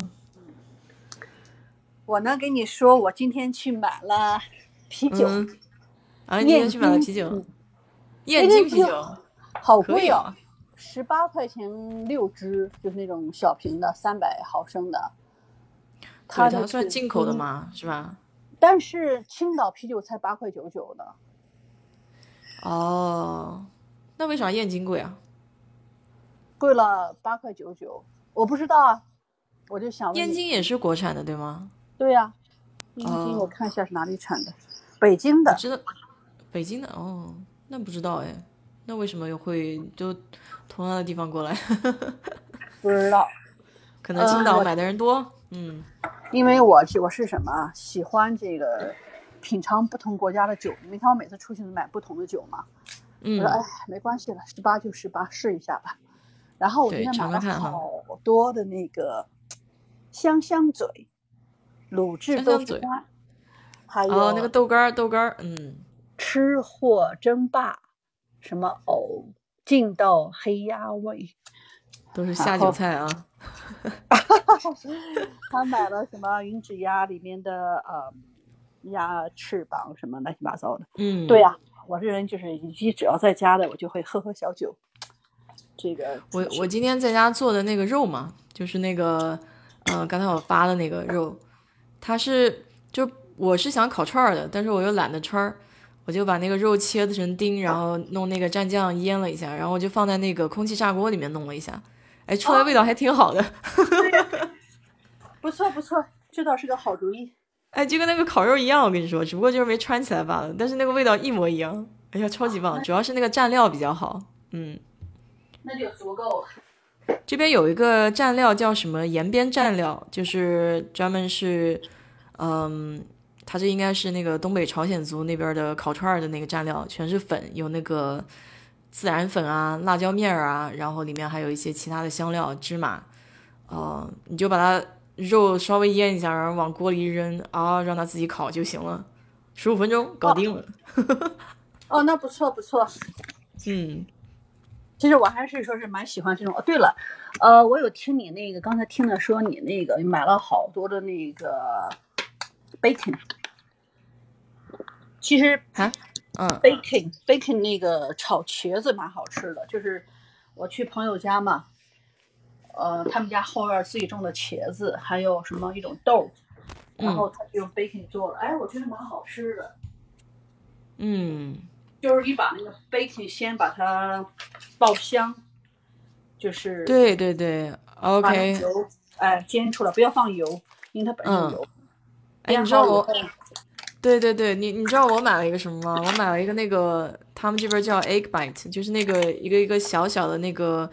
Speaker 2: 我呢跟你说，我今天去买了啤酒。
Speaker 1: 嗯，啊，你今天去买了啤酒，燕京啤
Speaker 2: 那
Speaker 1: 酒
Speaker 2: 个嗯好
Speaker 1: 可以
Speaker 2: 贵哦
Speaker 1: 啊，，
Speaker 2: 十八块钱六支，就是那种小瓶的，三百毫升的。
Speaker 1: 对，
Speaker 2: 的
Speaker 1: 它算
Speaker 2: 是
Speaker 1: 进口的
Speaker 2: 嗯？
Speaker 1: 嘛，是吧？
Speaker 2: 但是青岛啤酒才八块九九呢。
Speaker 1: 哦，那为啥燕京贵啊？
Speaker 2: 贵了八块九九，我不知道啊，我就想问
Speaker 1: 燕
Speaker 2: 你，
Speaker 1: 京也是国产的，对吗？
Speaker 2: 对呀、燕京
Speaker 1: 哦
Speaker 2: 我看一下是哪里产的，北京的。
Speaker 1: 知道北京的哦，那不知道哎，那为什么又会就同样的地方过来？
Speaker 2: 不知道，
Speaker 1: 可能青岛
Speaker 2: 呃
Speaker 1: 买的人多，嗯
Speaker 2: 因为我是我是什么啊喜欢这个品尝不同国家的酒，你看我每次出去都买不同的酒嘛。我
Speaker 1: 嗯
Speaker 2: 说哎，没关系了，十八就十八，试一下吧。然后我今
Speaker 1: 对
Speaker 2: 天买
Speaker 1: 尝
Speaker 2: 了
Speaker 1: 尝看哈
Speaker 2: 好多的那个香香嘴、卤制
Speaker 1: 香
Speaker 2: 豆
Speaker 1: 香
Speaker 2: 腐
Speaker 1: 嘴
Speaker 2: 干，还
Speaker 1: 哦那
Speaker 2: 有
Speaker 1: 个豆干儿豆干儿，嗯
Speaker 2: 吃货争霸，什么藕劲道黑鸭味，
Speaker 1: 都是下酒菜啊，
Speaker 2: 他买了什么云指鸭里面的呃鸭翅膀什么乱七八糟的。
Speaker 1: 嗯
Speaker 2: 对呀、我这人就是一只要在家的，我就会喝喝小酒。这个
Speaker 1: 我我今天在家做的那个肉嘛，就是那个，呃，刚才我发的那个肉，它是就我是想烤串儿的，但是我又懒得串儿，我就把那个肉切成丁，然后弄那个蘸酱腌了一下，然后我就放在那个空气炸锅里面弄了一下，哎，出来味道还挺好的，
Speaker 2: 不错不错，这倒是个好主意。
Speaker 1: 哎，就跟那个烤肉一样，我跟你说，只不过就是没穿起来罢了，但是那个味道一模一样，哎呀，超级棒，主要是那个蘸料比较好，嗯。
Speaker 2: 啊那就足够了。
Speaker 1: 这边有一个蘸料叫什么延边蘸料，就是专门是，嗯，它这应该是那个东北朝鲜族那边的烤串儿的那个蘸料，全是粉，有那个孜然粉啊、辣椒面儿啊，然后里面还有一些其他的香料、芝麻，哦、你就把它肉稍微腌一下，然后往锅里一扔啊，让它自己烤就行了，十五分钟搞定了。
Speaker 2: 哦，那不错不错。
Speaker 1: 嗯，
Speaker 2: 其实我还是说是蛮喜欢这种。哦，对了，呃，我有听你那个刚才听了说你那个买了好多的那个 bacon，其实
Speaker 1: 啊，嗯
Speaker 2: bacon bacon 那个炒茄子蛮好吃的，就是我去朋友家嘛，呃，他们家后院自己种的茄子，还有什么一种豆，然后他就用 bacon 做了，哎，我觉得蛮好吃的。
Speaker 1: 嗯，
Speaker 2: 就是你把那个 bacon 先把它爆香，就是
Speaker 1: 对对对
Speaker 2: 把那
Speaker 1: ，OK。
Speaker 2: 油哎煎出来，不要放油，因为它本身有油。
Speaker 1: 哎，
Speaker 2: 煎
Speaker 1: 你知道
Speaker 2: 好以
Speaker 1: 我
Speaker 2: 后
Speaker 1: 对对对，你你知道我买了一个什么吗？我买了一个那个他们这边叫 egg bite，就是那个一个一个小小的那个，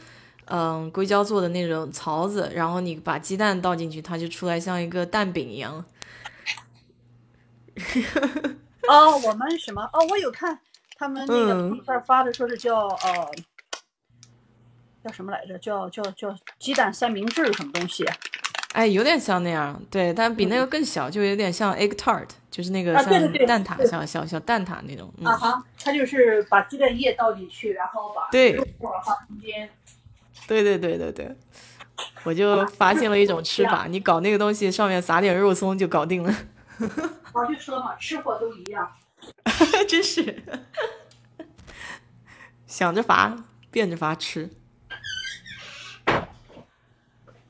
Speaker 1: 嗯，硅胶做的那种槽子，然后你把鸡蛋倒进去，它就出来像一个蛋饼一样。
Speaker 2: 哦，我们什么哦，我有看他们那个
Speaker 1: 嗯
Speaker 2: 朋友圈发的，说是叫呃叫什么来着？叫叫叫鸡蛋三明治什么东西啊？
Speaker 1: 哎，有点像那样，对，但比那个更小，就有点像 egg tart，就是那个
Speaker 2: 嗯啊对对
Speaker 1: 像
Speaker 2: 对
Speaker 1: 蛋挞，
Speaker 2: 对
Speaker 1: 像小小蛋挞那种。嗯，
Speaker 2: 啊哈，它就是把鸡蛋液倒进去，然后把
Speaker 1: 对
Speaker 2: 肉放到中间。
Speaker 1: 对对对对对，我就发现了一种吃
Speaker 2: 啊
Speaker 1: 法，你搞那个东西上面撒点肉松就搞定了，
Speaker 2: 我就说嘛，吃货都一样。
Speaker 1: 真是想着法，变着法吃。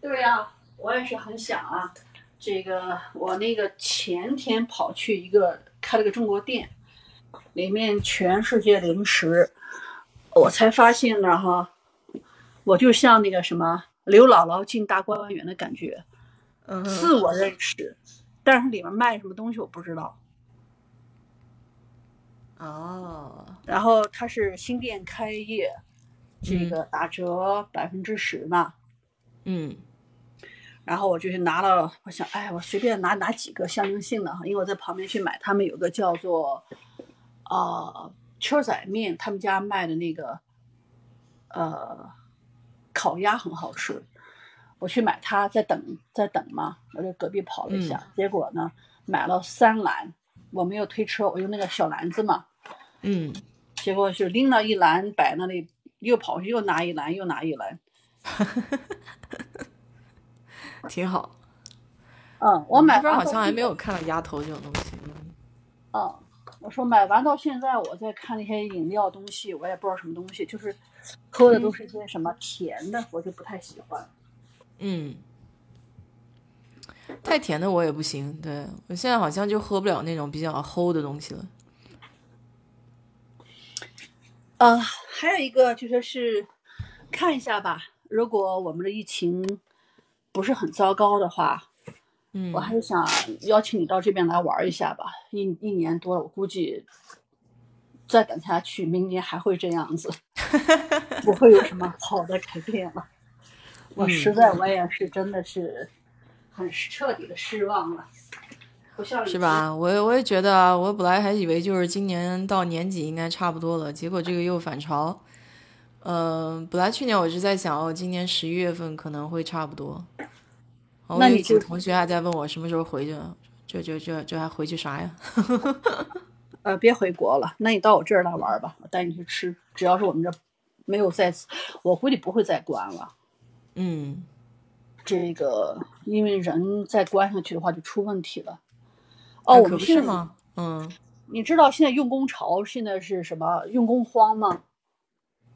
Speaker 2: 对呀、我也是很想啊。这个我那个前天跑去一个开了个中国店，里面全世界零食，我才发现呢哈，我就像那个什么刘姥姥进大观园的感觉，
Speaker 1: 嗯哼，
Speaker 2: 自我认识，但是里面卖什么东西我不知道。
Speaker 1: 哦，
Speaker 2: 然后它是新店开业，这个打折百分之十嘛。
Speaker 1: 嗯
Speaker 2: 然后我就去拿了，我想，哎，我随便拿拿几个象征性的哈，因为我在旁边去买，他们有个叫做，呃，车仔面，他们家卖的那个，呃，烤鸭很好吃，我去买它，在等在等嘛，我就隔壁跑了一下，
Speaker 1: 嗯
Speaker 2: 结果呢，买了三篮，我没有推车，我用那个小篮子嘛，
Speaker 1: 嗯，
Speaker 2: 结果就拎了一篮摆那里，又跑去又拿一篮，又拿一篮，
Speaker 1: 挺好。
Speaker 2: 嗯，我买
Speaker 1: 这边
Speaker 2: 完
Speaker 1: 好
Speaker 2: 到
Speaker 1: 像还
Speaker 2: 现
Speaker 1: 没
Speaker 2: 在
Speaker 1: 有看到鸭头这种东西。嗯
Speaker 2: 啊，我说买完到现在，我在看那些饮料东西，我也不知道什么东西，就是喝的都是一些什么甜的，我就不太喜欢。
Speaker 1: 嗯，太甜的我也不行。对我现在好像就喝不了那种比较齁的东西了。
Speaker 2: 呃，还有一个就说是看一下吧，如果我们的疫情不是很糟糕的话，
Speaker 1: 嗯
Speaker 2: 我还是想邀请你到这边来玩一下吧，一一年多了，我估计再等下去，明年还会这样 子，不会有什么好的改变了。我
Speaker 1: 嗯
Speaker 2: 实在，我也是真的是很彻底的失望了，不像以
Speaker 1: 是
Speaker 2: 前？
Speaker 1: 吧？我也我也觉得啊，我本来还以为就是今年到年底应该差不多了，结果这个又反潮。呃，本来去年我是在想，哦，今年十一月份可能会差不多。哦
Speaker 2: 那
Speaker 1: 我有
Speaker 2: 你
Speaker 1: 几个
Speaker 2: 就
Speaker 1: 同学还在问我什么时候回去，这这这这还回去啥呀？
Speaker 2: 呃，别回国了，那你到我这儿来玩吧，我带你去吃。只要是我们这没有再，我估计不会再关了。
Speaker 1: 嗯，
Speaker 2: 这个因为人再关下去的话就出问题了。
Speaker 1: 那
Speaker 2: 哦，我
Speaker 1: 可
Speaker 2: 们
Speaker 1: 不
Speaker 2: 现
Speaker 1: 是
Speaker 2: 在
Speaker 1: 吗？嗯，
Speaker 2: 你知道现在用工潮现在是什么用工荒吗？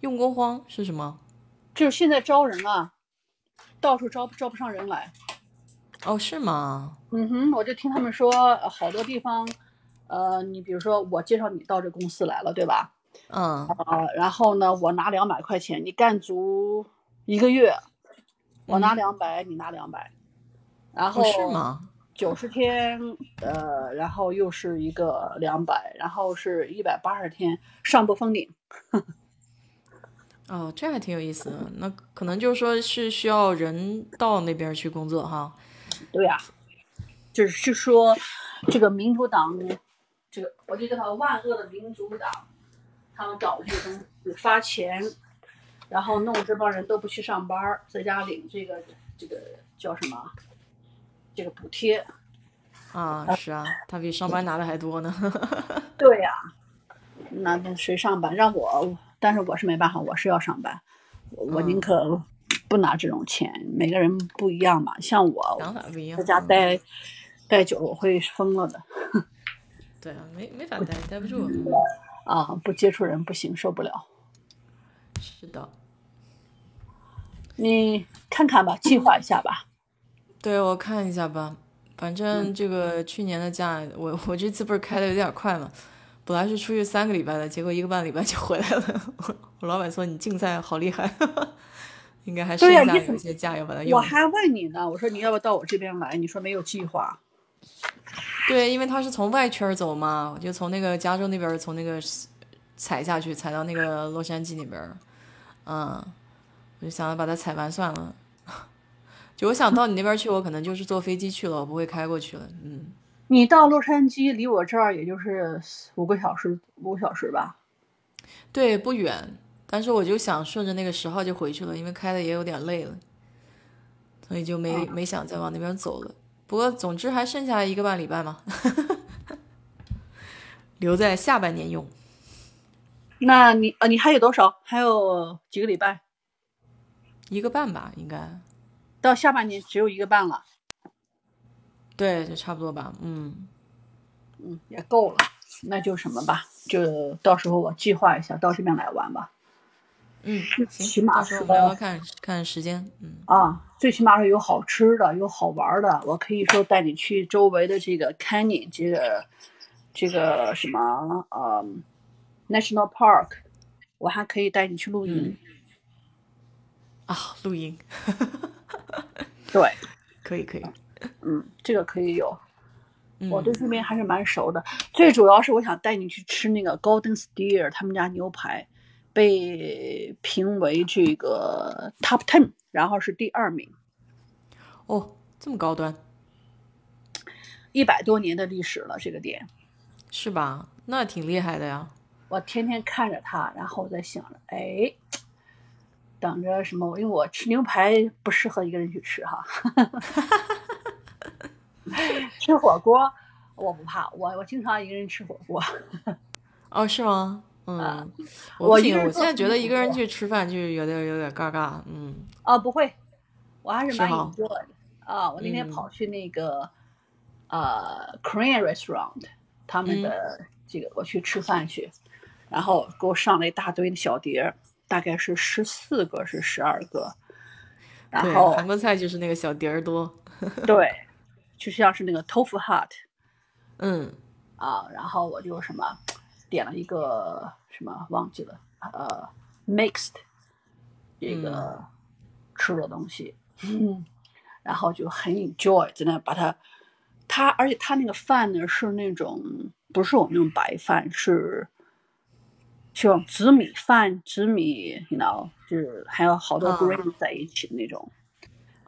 Speaker 1: 用工荒是什么？
Speaker 2: 就是现在招人啊，到处招招不上人来。
Speaker 1: 哦，是吗？
Speaker 2: 嗯哼，我就听他们说，呃好多地方，呃，你比如说我介绍你到这公司来了，对吧？
Speaker 1: 嗯，
Speaker 2: 啊、然后呢，我拿两百块钱，你干足一个月，我拿
Speaker 1: 嗯
Speaker 2: 两百，你拿两百，然后
Speaker 1: 哦，是吗？
Speaker 2: 九十天，呃，然后又是一个两百，然后是一百八十天，上不封顶。
Speaker 1: 哦，这还挺有意思的。那可能就是说是需要人到那边去工作哈。
Speaker 2: 对呀、只是说这个民主党，这个我就叫它万恶的民主党，他们搞这个东西发钱，然后弄这帮人都不去上班儿，在家领这个这个叫什么？这个补贴。
Speaker 1: 啊，是啊，他比上班拿的还多呢。
Speaker 2: 对呀、那那谁上班？让我，但是我是没办法，我是要上班，我我宁
Speaker 1: 嗯
Speaker 2: 可不拿这种钱。每个人不一样嘛，像我
Speaker 1: 想法不一样
Speaker 2: 在。家
Speaker 1: 嗯
Speaker 2: 待待久了，我会疯了的。
Speaker 1: 对啊，没没法待，待不住。
Speaker 2: 啊，不接触人不行，受不了。
Speaker 1: 是的，
Speaker 2: 你看看吧，计划一下吧。
Speaker 1: 对我看一下吧。反正这个去年的假，我我这次不是开的有点快嘛，本来是出去三个礼拜的，结果一个半礼拜就回来了。 我我老板说你竞赛好厉害， 应该还剩
Speaker 2: 对呀
Speaker 1: 下
Speaker 2: 你怎
Speaker 1: 有一
Speaker 2: 么
Speaker 1: 些假要把它
Speaker 2: 我
Speaker 1: 用了。
Speaker 2: 还问你呢，我说你要不要到我这边来？你说没有计划。
Speaker 1: 对，因为他是从外圈儿走嘛，我就从那个加州那边儿，从那个踩下去，踩到那个洛杉矶那边儿，嗯，我就想着把它踩完算了。 就我想到你那边儿去，我可能就是坐飞机去了，我不会开过去了。嗯，
Speaker 2: 你到洛杉矶离我这儿也就是五个小时，五个小时吧。
Speaker 1: 对，不远，但是我就想顺着那个十号就回去了，因为开的也有点累了，所以就没没想再往那边走了。不过总之还剩下一个半礼拜嘛， 留在下半年用。
Speaker 2: 那你啊，你还有多少？还有几个礼拜？
Speaker 1: 一个半吧，应该，
Speaker 2: 到下半年只有一个半了，
Speaker 1: 对，就差不多吧，嗯。
Speaker 2: 嗯，也够了。那就什么吧，就到时候我计划一下，到这边来玩吧。
Speaker 1: 嗯，
Speaker 2: 起
Speaker 1: 行，
Speaker 2: 码
Speaker 1: 到时
Speaker 2: 是
Speaker 1: 候我们聊
Speaker 2: 个
Speaker 1: 聊看看时间。嗯，
Speaker 2: 啊，最起码是有好吃的，有好玩儿的。我可以说带你去周围的这个 canyon，这个这个什么呃、national park，我还可以带你去露营。
Speaker 1: 啊，露营
Speaker 2: 对，
Speaker 1: 可以可以。
Speaker 2: 嗯，这个可以有。
Speaker 1: 嗯，
Speaker 2: 我对这边还是蛮熟的。最主要是我想带你去吃那个 Golden Steer 他们家牛排，被评为这个 top ten，然后是第二名，
Speaker 1: 哦，这么高端
Speaker 2: 一百多年的历史了这个店。
Speaker 1: 是吧？那挺厉害的呀。
Speaker 2: 我天天看着它，然后我在想着，哎，等着什么？因为我吃牛排不适合一个人去吃哈， 吃火锅我不怕，我我经常一个人吃火锅。
Speaker 1: 哦，是吗？
Speaker 2: 啊
Speaker 1: 嗯，
Speaker 2: 我
Speaker 1: 不
Speaker 2: 一
Speaker 1: 行，
Speaker 2: 个人
Speaker 1: 我
Speaker 2: 做
Speaker 1: 现在觉
Speaker 2: 饭
Speaker 1: 得
Speaker 2: 不
Speaker 1: 一个人
Speaker 2: 多
Speaker 1: 去吃饭就有点有点尬尬。嗯，
Speaker 2: 啊，不会，我还是
Speaker 1: 是
Speaker 2: 蛮
Speaker 1: 哈
Speaker 2: enjoy 的啊。我那天
Speaker 1: 嗯
Speaker 2: 跑去那个、呃 Korean restaurant，他们
Speaker 1: 嗯
Speaker 2: 的这个我去吃饭去，然后给我上了一大堆的小碟儿，大概是十四个是十二个，然
Speaker 1: 对，
Speaker 2: 后
Speaker 1: 韩国菜就是那个小碟儿多。
Speaker 2: 对， 就像是那个 tofu hut
Speaker 1: 嗯，
Speaker 2: 啊，然后我就什么点了一个什么忘记了，呃，mixed 这个吃的东西，嗯， 然后就很 enjoy，在那把它，它而且它那个饭呢是那种不是我们那种白饭，是像紫米饭、紫米，你知道，就是还有好多
Speaker 1: 啊
Speaker 2: grain 在一起的那种。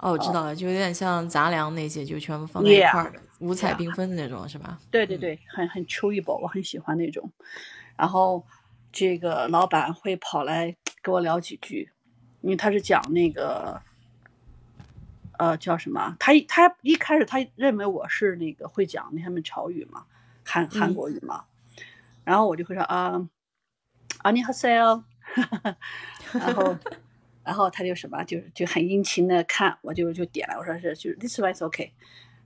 Speaker 1: 哦，我知道了，就有点像杂粮那些，就全部放在一
Speaker 2: 嗯 Yeah，
Speaker 1: 块儿的，五彩
Speaker 2: yeah
Speaker 1: 缤纷的那种，是吧？
Speaker 2: 对对
Speaker 1: 嗯
Speaker 2: 对，很很 chewable，我很喜欢那种。然后这个老板会跑来跟我聊几句，因为他是讲那个，呃，叫什么啊？他一他一开始他认为我是那个会讲他们潮语嘛，韩韩
Speaker 1: 嗯
Speaker 2: 国语嘛。然后我就会说啊，啊你好 s e 然后。 然后他就什么，啊就就很殷勤的看，我就就点了，我说是就是 this one is okay，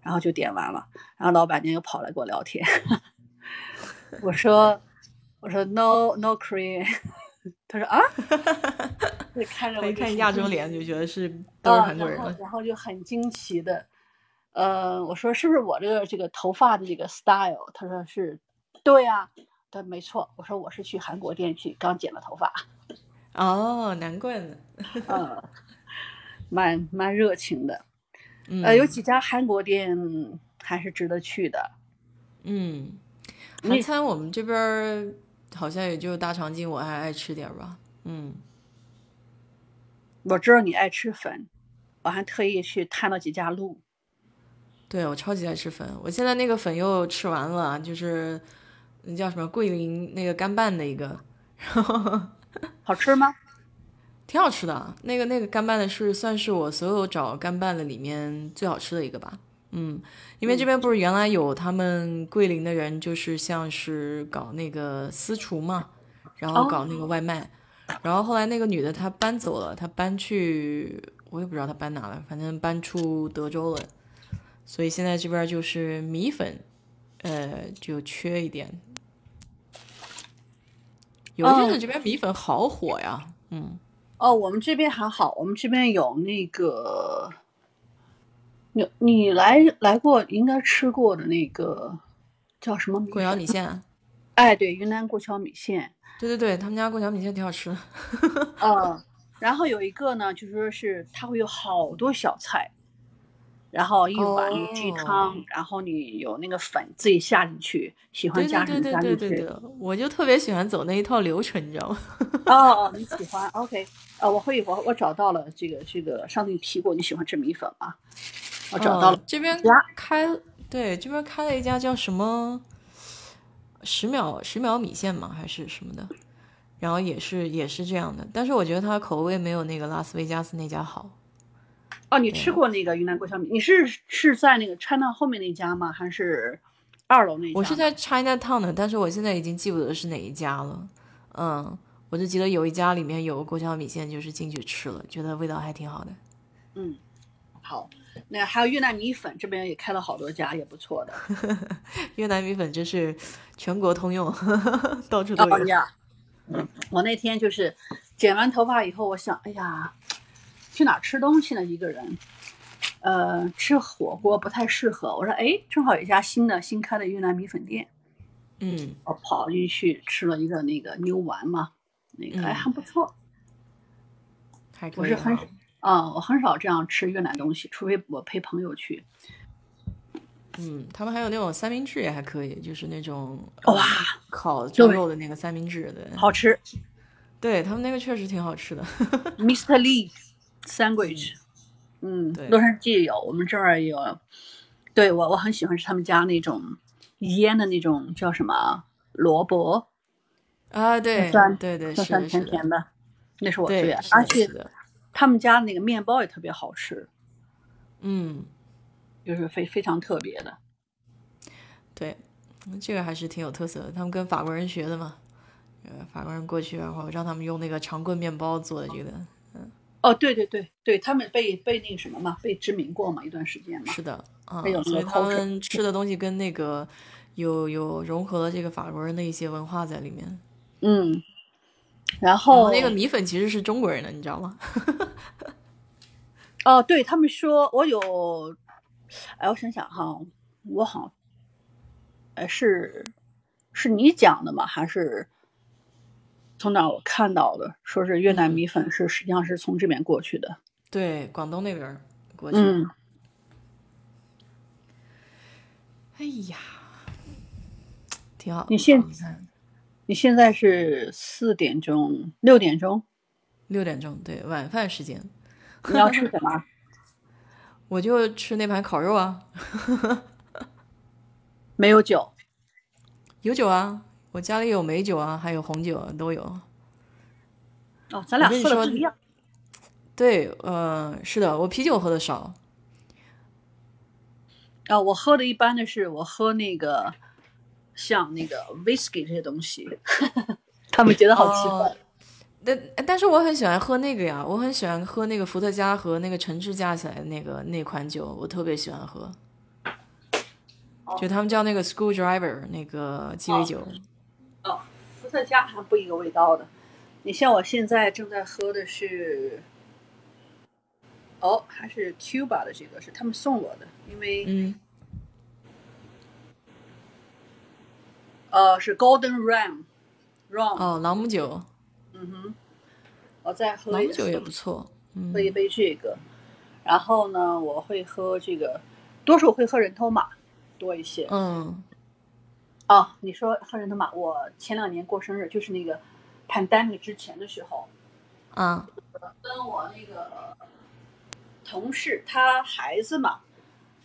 Speaker 2: 然后就点完了，然后老板娘又跑来跟我聊天， 我说我说 no no Korean，他 说啊，就看着我
Speaker 1: 一
Speaker 2: 就
Speaker 1: 看
Speaker 2: 很
Speaker 1: 亚洲
Speaker 2: 惊
Speaker 1: 脸就觉得是都是
Speaker 2: 啊，
Speaker 1: 韩国人
Speaker 2: 然后
Speaker 1: 了。
Speaker 2: 然后就很惊奇的，呃，我说是不是我这个这个头发的这个 style？他说是，对呀、对，没错。我说我是去韩国店去刚剪了头发，
Speaker 1: 哦，难怪呢。
Speaker 2: 呃，蛮蛮热情的。
Speaker 1: 嗯，
Speaker 2: 呃，有几家韩国店还是值得去的。
Speaker 1: 嗯，
Speaker 2: 你
Speaker 1: 韩餐我们这边儿好像也就大肠筋，我还爱吃点儿吧。嗯，
Speaker 2: 我知道你爱吃粉，我还特意去探了几家路。
Speaker 1: 对，我超级爱吃粉，我现在那个粉又吃完了，就是那叫什么桂林那个干拌的一个， 然后
Speaker 2: 好 吃吗？
Speaker 1: 挺好吃的。那个那个干拌的是算是我所有找干拌的里面最好吃的一个吧。嗯，因为这边不是原来有他们桂林的人，就是像是搞那个私厨嘛，然后搞那个外卖，然后后来那个女的她搬走了，她搬去我也不知道她搬哪了，反正搬出德州了，所以现在这边就是米粉，呃，就缺一点。有一阵子
Speaker 2: 哦
Speaker 1: 这边米粉好火呀，嗯，
Speaker 2: 哦，我们这边还好，我们这边有那个，你你来来过，应该吃过的那个叫什么米
Speaker 1: 过桥
Speaker 2: 粉？
Speaker 1: 米线啊，
Speaker 2: 哎，对，云南过桥米线。
Speaker 1: 对对对，他们家过桥米线挺好吃的。
Speaker 2: 呃，然后有一个呢，就说是它会有好多小菜，然后一碗那个鸡
Speaker 1: 哦
Speaker 2: 汤，然后你有那个粉自己下进去，喜欢
Speaker 1: 对
Speaker 2: 加
Speaker 1: 对
Speaker 2: 什么
Speaker 1: 对
Speaker 2: 加
Speaker 1: 对
Speaker 2: 进
Speaker 1: 对
Speaker 2: 去。
Speaker 1: 对对，我就特别喜欢走那一套流程，你知道吗？
Speaker 2: 哦哦，你喜欢？OK，呃，我会我我找到了这个这个，上次你提过你喜欢吃米粉吗？我找到了。
Speaker 1: 嗯这边
Speaker 2: 家
Speaker 1: 开，对，这边开了一家叫什么十秒十秒米线嘛，还是什么的，然后也是也是这样的，但是我觉得它的口味没有那个拉斯维加斯那家好。
Speaker 2: 哦，你吃过那个云南过桥米？你是是在那个 China 后面那家吗？还是二楼那家？
Speaker 1: 我是在 Chinatown 的，但是我现在已经记不得是哪一家了。嗯，我就记得有一家里面有个过桥米线，就是进去吃了，觉得味道还挺好的。
Speaker 2: 嗯，好，那还有越南米粉这边也开了好多家，也不错的。
Speaker 1: 越南米粉真是全国通用， 到 处都
Speaker 2: 哦
Speaker 1: 有。
Speaker 2: 呀，我那天就是剪完头发以后，我想，哎呀，去哪儿吃东西呢？一个人，呃，吃火锅不太适合。我说，哎，正好有一家新的新开的越南米粉店。
Speaker 1: 嗯，
Speaker 2: 我跑进去吃了一个那个牛丸嘛，那个哎
Speaker 1: 嗯
Speaker 2: 还不错
Speaker 1: 还可以。
Speaker 2: 我是很啊、我很少这样吃越南东西，除非我陪朋友去。
Speaker 1: 嗯，他们还有那种三明治也还可以，就是那种嗯
Speaker 2: 哇，
Speaker 1: 烤猪
Speaker 2: 对
Speaker 1: 肉的那个三明治，对，
Speaker 2: 好吃
Speaker 1: 对他们那个确实挺好吃的。
Speaker 2: ，Mr. Lee sandwich，嗯，
Speaker 1: 对
Speaker 2: 洛杉矶也有，我们这儿也有。对我我很喜欢吃他们家那种腌的那种叫什么啊萝卜，
Speaker 1: 啊，对
Speaker 2: 酸，
Speaker 1: 对对，是
Speaker 2: 酸酸
Speaker 1: 的，
Speaker 2: 甜
Speaker 1: 是
Speaker 2: 甜
Speaker 1: 的，
Speaker 2: 的，那是我最
Speaker 1: 对
Speaker 2: 爱，。
Speaker 1: 是
Speaker 2: 而
Speaker 1: 的，
Speaker 2: 且
Speaker 1: 是的，
Speaker 2: 他们家那个面包也特别好吃，
Speaker 1: 嗯，
Speaker 2: 就是非非常特别的。
Speaker 1: 对，嗯这个还是挺有特色的。他们跟法国人学的嘛，呃，法国人过去，然后让他们用那个长棍面包做的这个，
Speaker 2: 哦，对对对对，他们被被那个什么嘛，被殖民过嘛一段时间嘛。
Speaker 1: 是的，啊
Speaker 2: 还有，那
Speaker 1: 所
Speaker 2: 个
Speaker 1: 以他
Speaker 2: culture
Speaker 1: 们吃的东西跟那个有有融合了这个法国人的一些文化在里面。
Speaker 2: 嗯，然
Speaker 1: 然
Speaker 2: 后
Speaker 1: 后那个米粉其实是中国人的，你知道吗？
Speaker 2: 哦，对他们说，我有，哎，我想想哈，我好像，哎，是是你讲的吗？还是从哪儿我看到的？说
Speaker 1: 嗯
Speaker 2: 是越南米粉是实际上是从这边过去的。
Speaker 1: 对，广东那边儿过去。
Speaker 2: 嗯，
Speaker 1: 哎呀，挺好。
Speaker 2: 你现
Speaker 1: 你看
Speaker 2: 你现在是四点钟、六点钟，
Speaker 1: 六点钟，对，晚饭时间，
Speaker 2: 你要吃什 么？
Speaker 1: 我就吃那盘烤肉啊，
Speaker 2: 没有酒，
Speaker 1: 有酒啊，我家里有美酒啊，还有红酒啊，都有。
Speaker 2: 哦，咱俩
Speaker 1: 我跟你
Speaker 2: 喝的
Speaker 1: 说
Speaker 2: 不一样。
Speaker 1: 对，呃，是的，我啤酒喝的少，
Speaker 2: 啊，我喝的一般的是我喝那个像那个 whisky 这些东西， 他们觉得好奇怪。
Speaker 1: 哦但但是我很喜欢喝那个呀，我很喜欢喝那个伏特加和那个橙汁加起来的那个那款酒，我特别喜欢喝。就他们叫那个 screwdriver 那个鸡尾酒，
Speaker 2: 哦伏特加还不一个味道的。你像我现在正在喝的是，哦，还是 Cuba 的这个是他们送我的，因为、
Speaker 1: 嗯，
Speaker 2: 呃是 Golden Ram Rum，、
Speaker 1: 哦，朗姆酒，
Speaker 2: 嗯哼，我再喝
Speaker 1: 朗
Speaker 2: 一
Speaker 1: 姆酒也不错，嗯
Speaker 2: 喝，一杯这个，然后呢我会喝这个，多数会喝人头马多一些。
Speaker 1: 嗯，
Speaker 2: 哦，你说喝人头马，我前两年过生日就是那个 pandemic 之前的时候，
Speaker 1: 啊，
Speaker 2: 跟我那个同事他孩子嘛，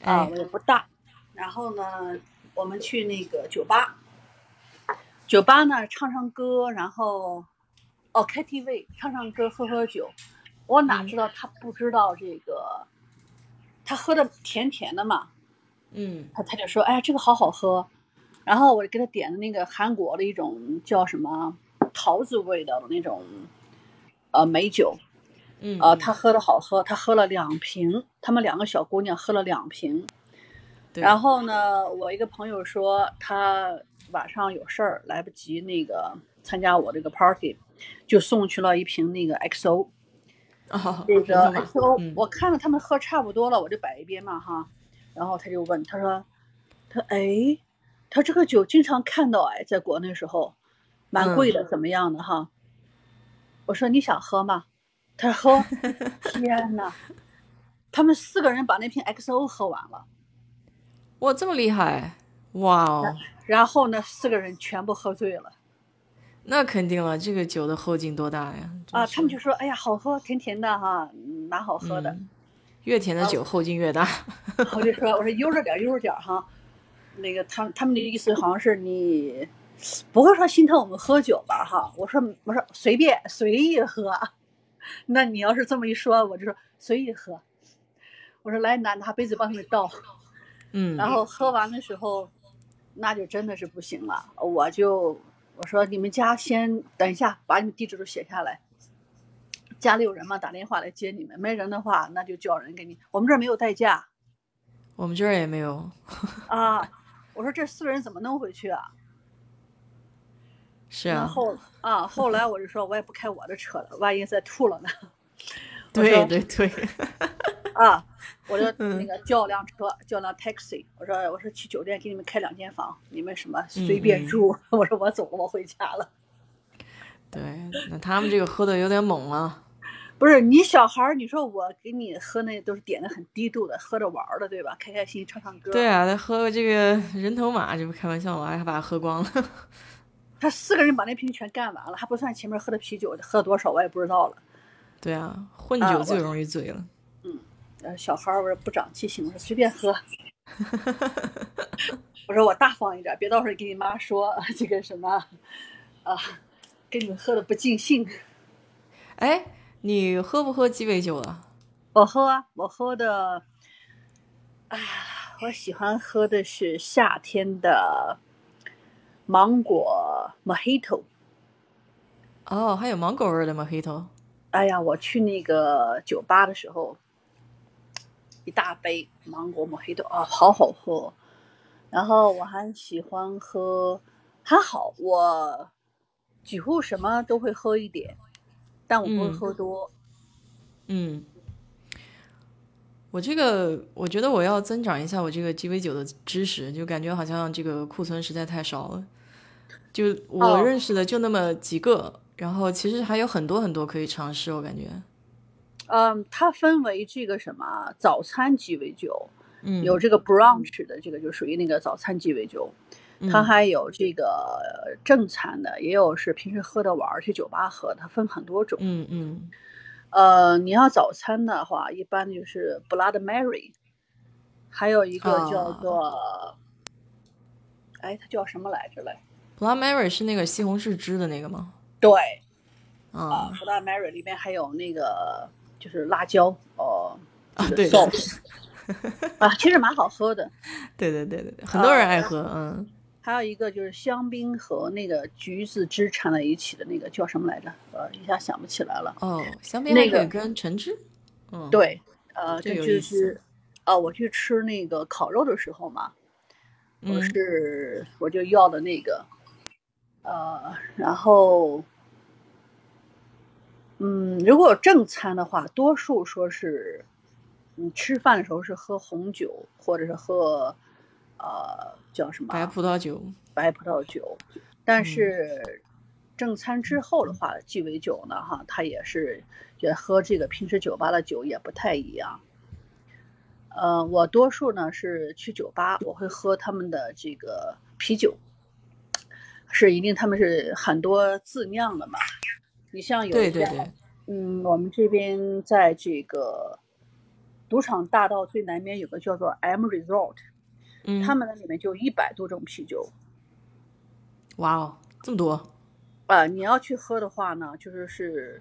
Speaker 2: 啊，
Speaker 1: 哎
Speaker 2: 我，也不大。然后呢，我们去那个酒吧，酒吧呢唱唱歌，然后哦 KTV 唱唱歌，喝喝酒。我哪知
Speaker 1: 嗯
Speaker 2: 道他不知道这个，他喝的甜甜的嘛，
Speaker 1: 嗯，
Speaker 2: 他他就说，哎，这个好好喝。然后我就给他点的那个韩国的一种叫什么桃子味道的那种，呃美酒，
Speaker 1: 嗯，
Speaker 2: 啊，他喝的好喝，他喝了两瓶，他们两个小姑娘喝了两瓶。
Speaker 1: 对
Speaker 2: 然后呢，我一个朋友说他晚上有事儿来不及那个参加我这个 party，就送去了一瓶那个 XO。
Speaker 1: 哦，
Speaker 2: 这
Speaker 1: 人头
Speaker 2: 个
Speaker 1: 马
Speaker 2: XO，、
Speaker 1: 嗯
Speaker 2: 我看到他们喝差不多了，我就摆一边嘛哈。然后他就问他说，他哎，他这个酒经常看到哎，在国内时候蛮贵的，怎么样的哈？我说你想喝吗？他说喝，天呐，他们四个人把那瓶 XO 喝完了，
Speaker 1: 哇，这么厉害，哇哦，
Speaker 2: 然后呢，四个人全部喝醉了
Speaker 1: 那肯定了，这个酒的后劲多大呀！
Speaker 2: 啊！
Speaker 1: 真是
Speaker 2: 他们就说，哎呀，好喝，甜甜的哈，嗯蛮好喝的。哦
Speaker 1: 嗯越甜的酒后劲越大，
Speaker 2: 我就说，我说悠着点儿，悠着点儿哈。那个他他们的意思好像是你不会说心疼我们喝酒吧哈？我说我说随便随意喝， 那你要是这么一说，我就说随意喝。我说来拿拿杯子帮你们倒，
Speaker 1: 嗯，
Speaker 2: 然后喝完的时候，那就真的是不行了。我就我说你们家先等一下，把你们地址都写下来。家里有人吗？打电话来接你们。没人的话，那就叫人给你。我们这儿没有代驾，
Speaker 1: 我们这儿也没有，
Speaker 2: 啊，我说这四个人怎么弄回去啊？
Speaker 1: 是
Speaker 2: 然
Speaker 1: 啊，
Speaker 2: 后啊，后来我就说我也不开我的车了，万一再吐了呢？
Speaker 1: 对
Speaker 2: 说
Speaker 1: 对对，
Speaker 2: 啊，我就
Speaker 1: 嗯
Speaker 2: 那个叫辆车，叫辆 taxi，我说我说去酒店给你们开两间房，你们什么随
Speaker 1: 嗯
Speaker 2: 便
Speaker 1: 嗯
Speaker 2: 住。 我说我走了，我回家了。
Speaker 1: 对，那他们这个喝的有点猛啊了，
Speaker 2: 不是你小孩儿，你说我给你喝那都是点的很低度的，喝着玩儿的，对吧？开开心心唱唱歌。
Speaker 1: 对啊，他喝个这个人头马，这不开玩笑吗？还把它喝光了，
Speaker 2: 他四个人把那瓶全干完了，还不算前面喝的啤酒，喝多少我也不知道了。
Speaker 1: 对啊，混
Speaker 2: 啊
Speaker 1: 酒
Speaker 2: 我
Speaker 1: 最容易醉了，
Speaker 2: 呃，小孩儿我说不长记性，我说随 便喝。我说我大方一点，别到时候给你妈说 这个什么啊，跟你们喝的不尽兴。
Speaker 1: 哎，你喝不喝鸡尾酒啊？
Speaker 2: 我喝啊，我喝的啊，我喜欢喝的是夏天的芒果 Mojito。
Speaker 1: 哦，还有芒果味儿的吗？黑头，
Speaker 2: 哎呀，我去那个酒吧的时候，一大杯芒果抹黑豆啊，好好喝。然后我还喜欢喝，还好我几乎什么都会喝一点，但我不会
Speaker 1: 嗯
Speaker 2: 喝多。
Speaker 1: 嗯，我这个我觉得我要增长一下我这个鸡尾酒的知识，就感觉好像这个库存实在太少了。就我
Speaker 2: 哦
Speaker 1: 认识的就那么几个，然后其实还有很多很多可以尝试，我感觉。
Speaker 2: 嗯，它分为这个什么早餐鸡尾酒，
Speaker 1: 嗯，
Speaker 2: 有这个 brunch 的这个就属于那个早餐鸡尾酒，它
Speaker 1: 嗯
Speaker 2: 还有这个正餐的，也有是平时喝着玩儿去酒吧喝的，它分很多种。
Speaker 1: 嗯嗯
Speaker 2: 呃，你要早餐的话，一般就是 Blood Mary，还有一个叫
Speaker 1: 啊
Speaker 2: 做，哎，它叫什么来着嘞？
Speaker 1: ，Blood Mary 是那个西红柿汁的那个吗？
Speaker 2: 对，啊
Speaker 1: 啊
Speaker 2: ，Blood Mary 里面还有那个就是辣椒，哦、
Speaker 1: 啊
Speaker 2: 这，个
Speaker 1: 对
Speaker 2: sauce 啊，其实蛮好喝的。
Speaker 1: 对对对对对，很多人爱
Speaker 2: 啊
Speaker 1: 喝，嗯，
Speaker 2: 还有一个就是香槟和那个橘子汁掺在一起的那个叫什么来着？呃，一下想不起来了。
Speaker 1: 哦，香槟
Speaker 2: 那
Speaker 1: 还可以
Speaker 2: 个
Speaker 1: 跟橙汁，嗯，
Speaker 2: 对，呃，
Speaker 1: 这
Speaker 2: 这
Speaker 1: 有
Speaker 2: 就
Speaker 1: 意思
Speaker 2: 是，啊，我去吃那个烤肉的时候嘛，我
Speaker 1: 嗯
Speaker 2: 是我就要的那个，呃，然后，嗯，如果有正餐的话，多数说是你吃饭的时候是喝红酒，或者是喝呃叫什么
Speaker 1: 白葡萄酒，
Speaker 2: 白葡萄酒，
Speaker 1: 嗯
Speaker 2: 但是正餐之后的话，鸡尾酒呢，哈，它也是也喝这个平时酒吧的酒也不太一样。呃，我多数呢是去酒吧，我会喝他们的这个啤酒，是一定他们是很多自酿的嘛。你像有
Speaker 1: 对
Speaker 2: 一
Speaker 1: 对
Speaker 2: 家
Speaker 1: 对，
Speaker 2: 嗯，我们这边在这个赌场大道最南边有个叫做 M Resort，、
Speaker 1: 嗯，
Speaker 2: 他们那里面就一百多种啤酒。
Speaker 1: 哇哦，这么多，
Speaker 2: 啊，你要去喝的话呢，就是是，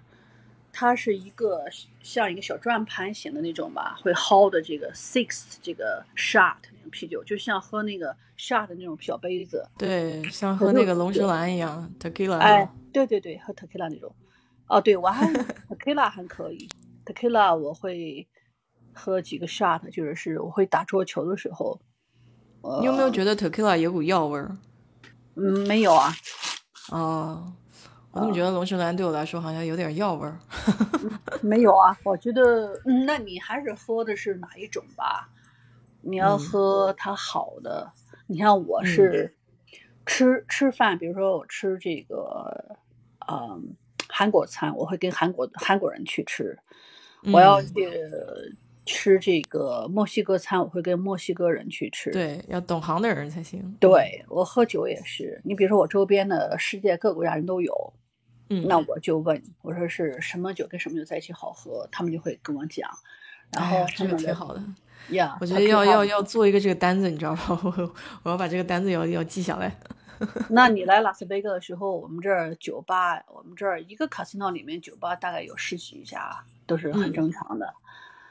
Speaker 2: 它是一个像一个小转盘型的那种吧，会薅的这个 six 这个 shot 那种啤酒，就像喝那个 shot 的那种小杯子。
Speaker 1: 对，像
Speaker 2: 可
Speaker 1: 喝
Speaker 2: 是
Speaker 1: 那
Speaker 2: 我
Speaker 1: 个龙
Speaker 2: 觉
Speaker 1: 舌
Speaker 2: 得
Speaker 1: 兰一样，tequila，
Speaker 2: 哎，对对对，喝 tequila 那种。哦，对， 我还 tequila 还可以，tequila 我会喝几个 shot，就是是我会打桌球的时候。呃
Speaker 1: 你有没有觉得 tequila 有股药味儿？
Speaker 2: 嗯，没有啊，
Speaker 1: 哦，我怎么觉得龙舌兰对我来说好像有点药味儿？
Speaker 2: 没有啊，我觉得，嗯，那你还是喝的是哪一种吧？你要
Speaker 1: 嗯
Speaker 2: 喝它好的，你像我是吃、吃饭，比如说我吃这个，嗯，韩国餐，我会跟韩国韩国人去吃；我要
Speaker 1: 嗯
Speaker 2: 去吃这个墨西哥餐，我会跟墨西哥人去吃。
Speaker 1: 对，要懂行的人才行。
Speaker 2: 对我喝酒也是，你比如说我周边的世界各国家人都有，
Speaker 1: 嗯，
Speaker 2: 那我就问我说是什么酒跟什么酒在一起好喝，他们就会跟我讲，然
Speaker 1: 哎
Speaker 2: 后
Speaker 1: 呀
Speaker 2: 他
Speaker 1: 这个
Speaker 2: 们
Speaker 1: 挺
Speaker 2: 的啊
Speaker 1: 好的。
Speaker 2: 呀，
Speaker 1: 我觉
Speaker 2: 他
Speaker 1: 得
Speaker 2: 可以
Speaker 1: 要
Speaker 2: 让
Speaker 1: 要
Speaker 2: 我
Speaker 1: 要做一个这个单子，你知道吧？我 我要把这个单子要要记下来。
Speaker 2: 那你来拉斯维加的时候，我们这儿酒吧，我们这儿一个 casino 里面酒吧大概有十几家，都是很
Speaker 1: 嗯
Speaker 2: 正常的。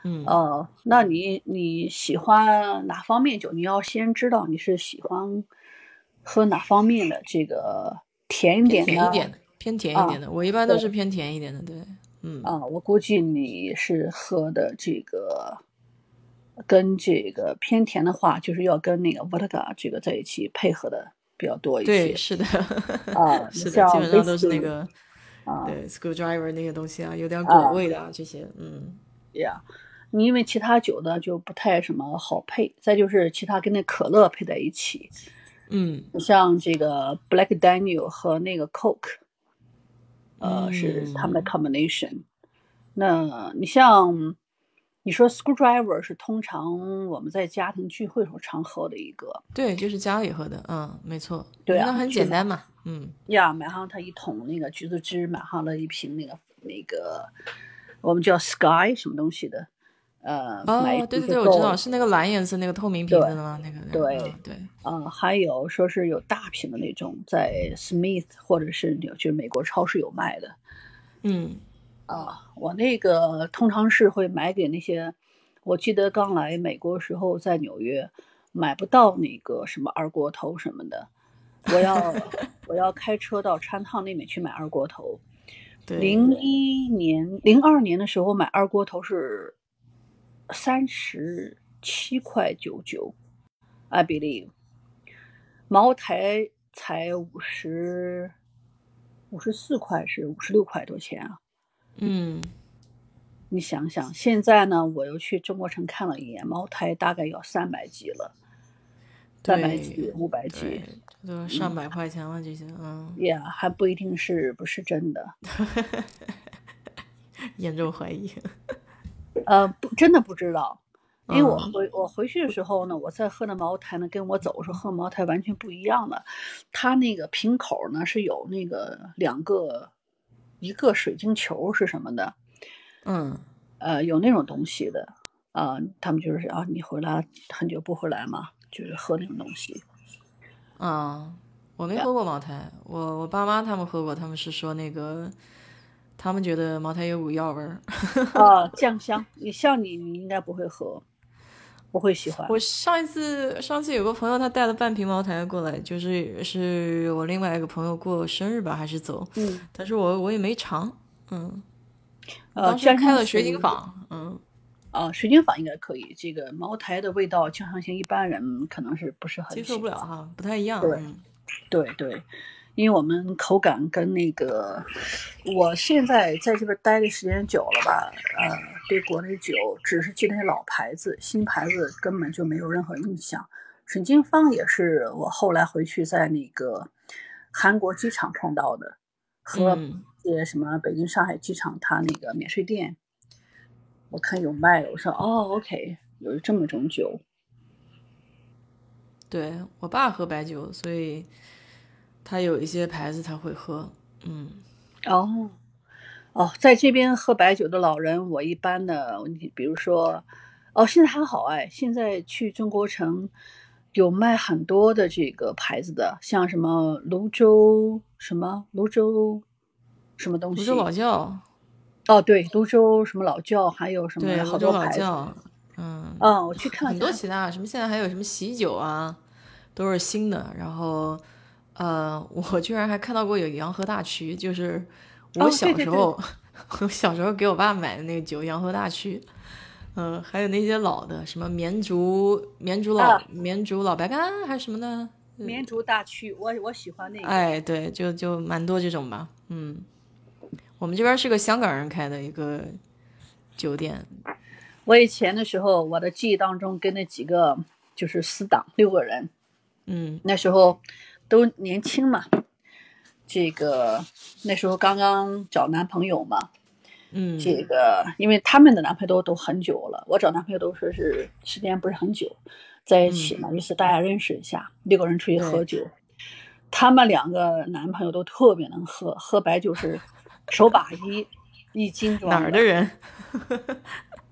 Speaker 1: 嗯，
Speaker 2: 呃，那你你喜欢哪方面酒？你要先知道你是喜欢喝哪方面的，这个甜一
Speaker 1: 偏
Speaker 2: 点
Speaker 1: 甜
Speaker 2: 的
Speaker 1: 一点的，偏甜一
Speaker 2: 啊
Speaker 1: 点的。我一般都
Speaker 2: 对
Speaker 1: 是偏甜一点的，对，嗯，
Speaker 2: 啊，我估计你是喝的这个，跟这个偏甜的话，就是要跟那个 vodka 这个在一起配合的比较多一些
Speaker 1: 对，是的，
Speaker 2: 啊
Speaker 1: 是的，
Speaker 2: 像
Speaker 1: 基本上都是那
Speaker 2: whisky
Speaker 1: 个
Speaker 2: 啊
Speaker 1: 对 screwdriver 那些东西啊，有点
Speaker 2: 啊
Speaker 1: 果味的啊，这些，嗯，
Speaker 2: 呀。你因为其他酒呢就不太什么好配，再就是其他跟那可乐配在一起，
Speaker 1: 嗯，
Speaker 2: 像这个 Black Daniel 和那个 Coke，呃，是他们
Speaker 1: 嗯
Speaker 2: 的 combination。那你像你说 screwdriver 是通常我们在家庭聚会时候常喝的一个
Speaker 1: 对，就是家里喝的，嗯，没错，
Speaker 2: 对
Speaker 1: 那
Speaker 2: 啊
Speaker 1: 很
Speaker 2: 是
Speaker 1: 简
Speaker 2: 的
Speaker 1: 单嘛，嗯，
Speaker 2: 呀，买上它一桶那个橘子汁，买上了一瓶那个那个我们叫 sky 什么东西的，呃，买一
Speaker 1: 哦，对
Speaker 2: 瓶
Speaker 1: 对对，
Speaker 2: 就
Speaker 1: 我
Speaker 2: 够
Speaker 1: 知道
Speaker 2: 了
Speaker 1: 是那个蓝颜色那个透明瓶子
Speaker 2: 对
Speaker 1: 的吗？那个，
Speaker 2: 对
Speaker 1: 嗯对，
Speaker 2: 呃，还有说是有大瓶的那种，在 Smith 或者是有就是美国超市有卖的。
Speaker 1: 嗯
Speaker 2: 啊，我那个通常是会买给那些，我记得刚来美国时候在纽约买不到那个什么二锅头什么的，我 要我要开车到川烫那边去买二锅头。
Speaker 1: 对，
Speaker 2: 零一年、零二年的时候买二锅头是三十七块九九，I believe，茅台才五十五十四块是五十六块多钱啊。
Speaker 1: 嗯，
Speaker 2: 你想想，现在呢，我又去中国城看了一眼，茅台大概要三百几了，三百几、
Speaker 1: 对
Speaker 2: 五百几嗯
Speaker 1: 对，，这都上百块钱了，这些，嗯，
Speaker 2: 也、还不一定是不是真的，
Speaker 1: 严重怀疑，
Speaker 2: 呃，不，真的不知道。因为我
Speaker 1: 嗯
Speaker 2: 回我回去的时候呢，我在喝那茅台呢，跟我走的时候喝茅台完全不一样了。它那个瓶口呢是有那个两个，一个水晶球是什么的，
Speaker 1: 嗯
Speaker 2: 呃，有那种东西的啊、他们就是啊，你回来很久不回来嘛，就是喝那种东 西。
Speaker 1: 啊，我没喝过茅台，我我爸妈他们喝过，他们是说那个，他们觉得茅台有股药味儿。
Speaker 2: 啊，酱香，你像你，你应该不会喝，不会喜欢。
Speaker 1: 我上一次上次有个朋友他带了半瓶茅台过来，就是是我另外一个朋友过生日吧还是走，
Speaker 2: 嗯，
Speaker 1: 但是我我也没尝，嗯，
Speaker 2: 呃，
Speaker 1: 当时
Speaker 2: 酱
Speaker 1: 开
Speaker 2: 香
Speaker 1: 了水
Speaker 2: 型
Speaker 1: 井坊，嗯
Speaker 2: 啊，水晶坊应该可以。这个茅台的味道，酱香型一般人可能是不是很
Speaker 1: 接受
Speaker 2: 喜
Speaker 1: 不了
Speaker 2: 欢
Speaker 1: 哈，不太一样，
Speaker 2: 啊对
Speaker 1: 嗯
Speaker 2: 对对，因为我们口感跟那个，我现在在这边待的时间久了吧，呃，对国内酒只是记那些老牌子，新牌子根本就没有任何印象。水晶坊也是我后来回去在那个韩国机场碰到的，和
Speaker 1: 嗯
Speaker 2: 一些什么北京、上海机场它那个免税店，我看有卖的，我说哦，OK，有这么种酒。
Speaker 1: 对我爸喝白酒，所以他有一些牌子他会喝，嗯
Speaker 2: 哦，哦，在这边喝白酒的老人，我一般呢，你比如说，哦，现在还好哎，现在去中国城有卖很多的这个牌子的，像什么泸州什么泸州什么东西，
Speaker 1: 泸州老窖，
Speaker 2: 哦，对，泸州什么老窖，还有什
Speaker 1: 对泸
Speaker 2: 么好
Speaker 1: 州
Speaker 2: 多
Speaker 1: 老
Speaker 2: 牌子。
Speaker 1: 窖，嗯，
Speaker 2: 嗯，我去看了
Speaker 1: 很多
Speaker 2: 看
Speaker 1: 其他啊什么现在还有什么喜酒啊，都是新的。然后，呃，我居然还看到过有洋河大曲，就是我
Speaker 2: 哦
Speaker 1: 小
Speaker 2: 对对
Speaker 1: 时候， 我小时候给我爸买的那个酒，洋河大曲。嗯、还有那些老的，什么绵竹、绵竹老、
Speaker 2: 啊
Speaker 1: 绵竹老白干啊还是什么的，
Speaker 2: 绵竹大曲，我我喜欢那个。
Speaker 1: 哎，对，就就蛮多这种吧。嗯，我们这边是个香港人开的一个酒店，
Speaker 2: 我以前的时候，我的记忆当中跟那几个就是死党六个人，
Speaker 1: 嗯
Speaker 2: 那时候都年轻嘛，这个那时候刚刚找男朋友嘛，
Speaker 1: 嗯，
Speaker 2: 这个因为他们的男朋友都都很久了，我找男朋友都说是时间不是很久，在一起
Speaker 1: 嗯
Speaker 2: 嘛，于是大家认识一下，六个人出去喝酒，他们两个男朋友都特别能喝，喝白酒是手把一一斤装
Speaker 1: 哪儿的人？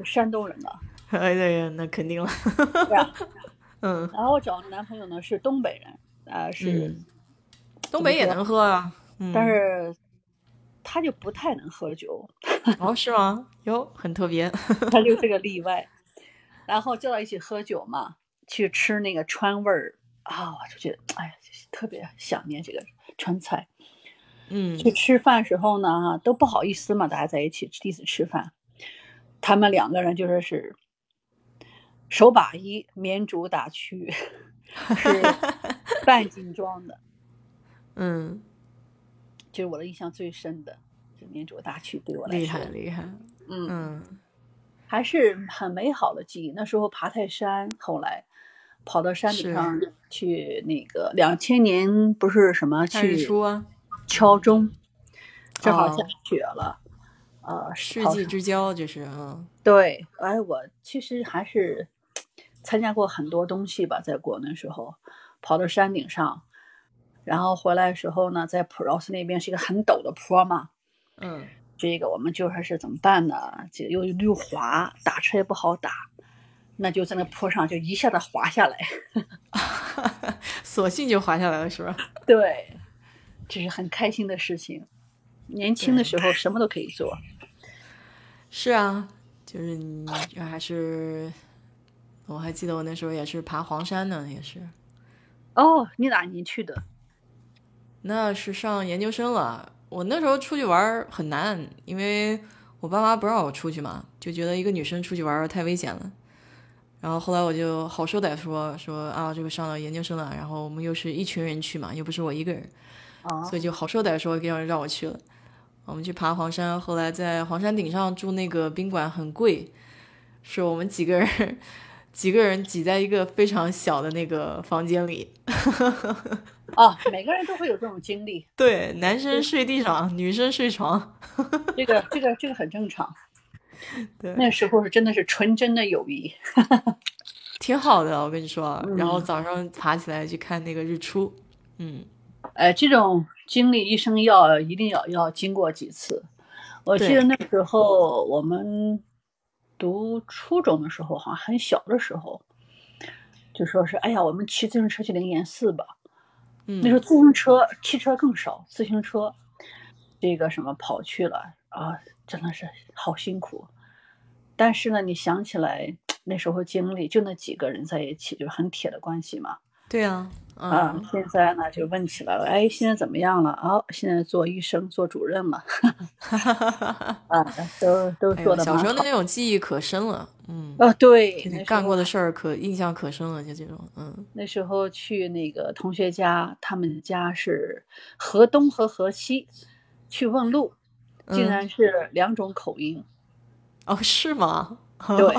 Speaker 2: 山东人的，
Speaker 1: 哎，对，那肯定了。
Speaker 2: 对啊，
Speaker 1: 嗯，
Speaker 2: 然后我找的男朋友呢是东北人，啊、是。
Speaker 1: 嗯东北也能喝啊。嗯，
Speaker 2: 但是他就不太能喝酒，
Speaker 1: 哦，是吗？哟，很特别。
Speaker 2: 他就是个例外。然后叫到一起喝酒嘛，去吃那个川味儿啊，我就觉得哎呀，特别想念这个川菜。
Speaker 1: 嗯
Speaker 2: 去吃饭时候呢，都不好意思嘛，大家在一起第一次吃饭，他们两个人就说是手把一绵竹打曲， 是半斤装的，
Speaker 1: 嗯，
Speaker 2: 这是我的印象最深的，就绵竹大曲对我来说，
Speaker 1: 厉害厉害。
Speaker 2: 嗯。
Speaker 1: 嗯
Speaker 2: 还是很美好的记忆。那时候爬泰山，后来跑到山顶上去，那个两千年不是什么
Speaker 1: 看日
Speaker 2: 去
Speaker 1: 出啊，
Speaker 2: 敲钟，正好
Speaker 1: 哦
Speaker 2: 下雪了，呃，
Speaker 1: 世
Speaker 2: 跑
Speaker 1: 纪之交就是啊。
Speaker 2: 对，哎，我其实还是参加过很多东西吧，在国内时候，跑到山顶上，然后回来的时候呢，在普饶寺那边是一个很陡的坡嘛，
Speaker 1: 嗯
Speaker 2: 这个我们就说是怎么办呢？这又又滑，打车也不好打，那就在那坡上就一下子滑下来。
Speaker 1: 嗯，索性就滑下来了，是吧？
Speaker 2: 对，这是很开心的事情。年轻的时候什么都可以做。
Speaker 1: 是啊，就是你还是，我还记得我那时候也是爬黄山呢，也是。
Speaker 2: 哦，你哪年去的？
Speaker 1: 那是上研究生了。我那时候出去玩儿很难，因为我爸妈不让我出去嘛，就觉得一个女生出去玩儿太危险了。然后后来我就好说歹说说啊，这个上了研究生了，然后我们又是一群人去嘛，又不是我一个人，
Speaker 2: 哦
Speaker 1: 所以就好说歹说让让我去了。我们去爬黄山，后来在黄山顶上住那个宾馆很贵，是我们几个人 几个人挤在一个非常小的那个房间里，
Speaker 2: 哦，每个人都会有这种经历，
Speaker 1: 对，男生睡地上，女生睡床。
Speaker 2: 这个这个这个很正常。
Speaker 1: 对，
Speaker 2: 那时候是真的是纯真的友谊。
Speaker 1: 挺好的，我跟你说。
Speaker 2: 嗯
Speaker 1: 然后早上爬起来去看那个日出，嗯，
Speaker 2: 哎，这种经历一生要一定要要经过几次。我记
Speaker 1: 对
Speaker 2: 得那时候我们读初中的时候，好像很小的时候，就说是哎呀，我们骑自行车去灵岩寺吧。
Speaker 1: 嗯
Speaker 2: 那时候自行车、汽车更少，自行车这个什么跑去了啊，真的是好辛苦。但是呢，你想起来那时候经历，就那几个人在一起，就很铁的关系嘛。
Speaker 1: 对啊，嗯，
Speaker 2: 啊，现在呢就问起来了，哎，现在怎么样了？啊，现在做医生、做主任 了，啊，都都
Speaker 1: 哎
Speaker 2: 做
Speaker 1: 呦，
Speaker 2: 的
Speaker 1: 小
Speaker 2: 蛮
Speaker 1: 时
Speaker 2: 好
Speaker 1: 候的。那种记忆可深了，嗯，
Speaker 2: 啊，对，
Speaker 1: 你
Speaker 2: 那啊
Speaker 1: 干过
Speaker 2: 的。
Speaker 1: 的事儿可印象可深了，就这种，嗯，
Speaker 2: 那时候去那个同学家，他们家是河东和河西，去问路，竟
Speaker 1: 嗯
Speaker 2: 然是两种口音。
Speaker 1: 哦，是吗？
Speaker 2: 对，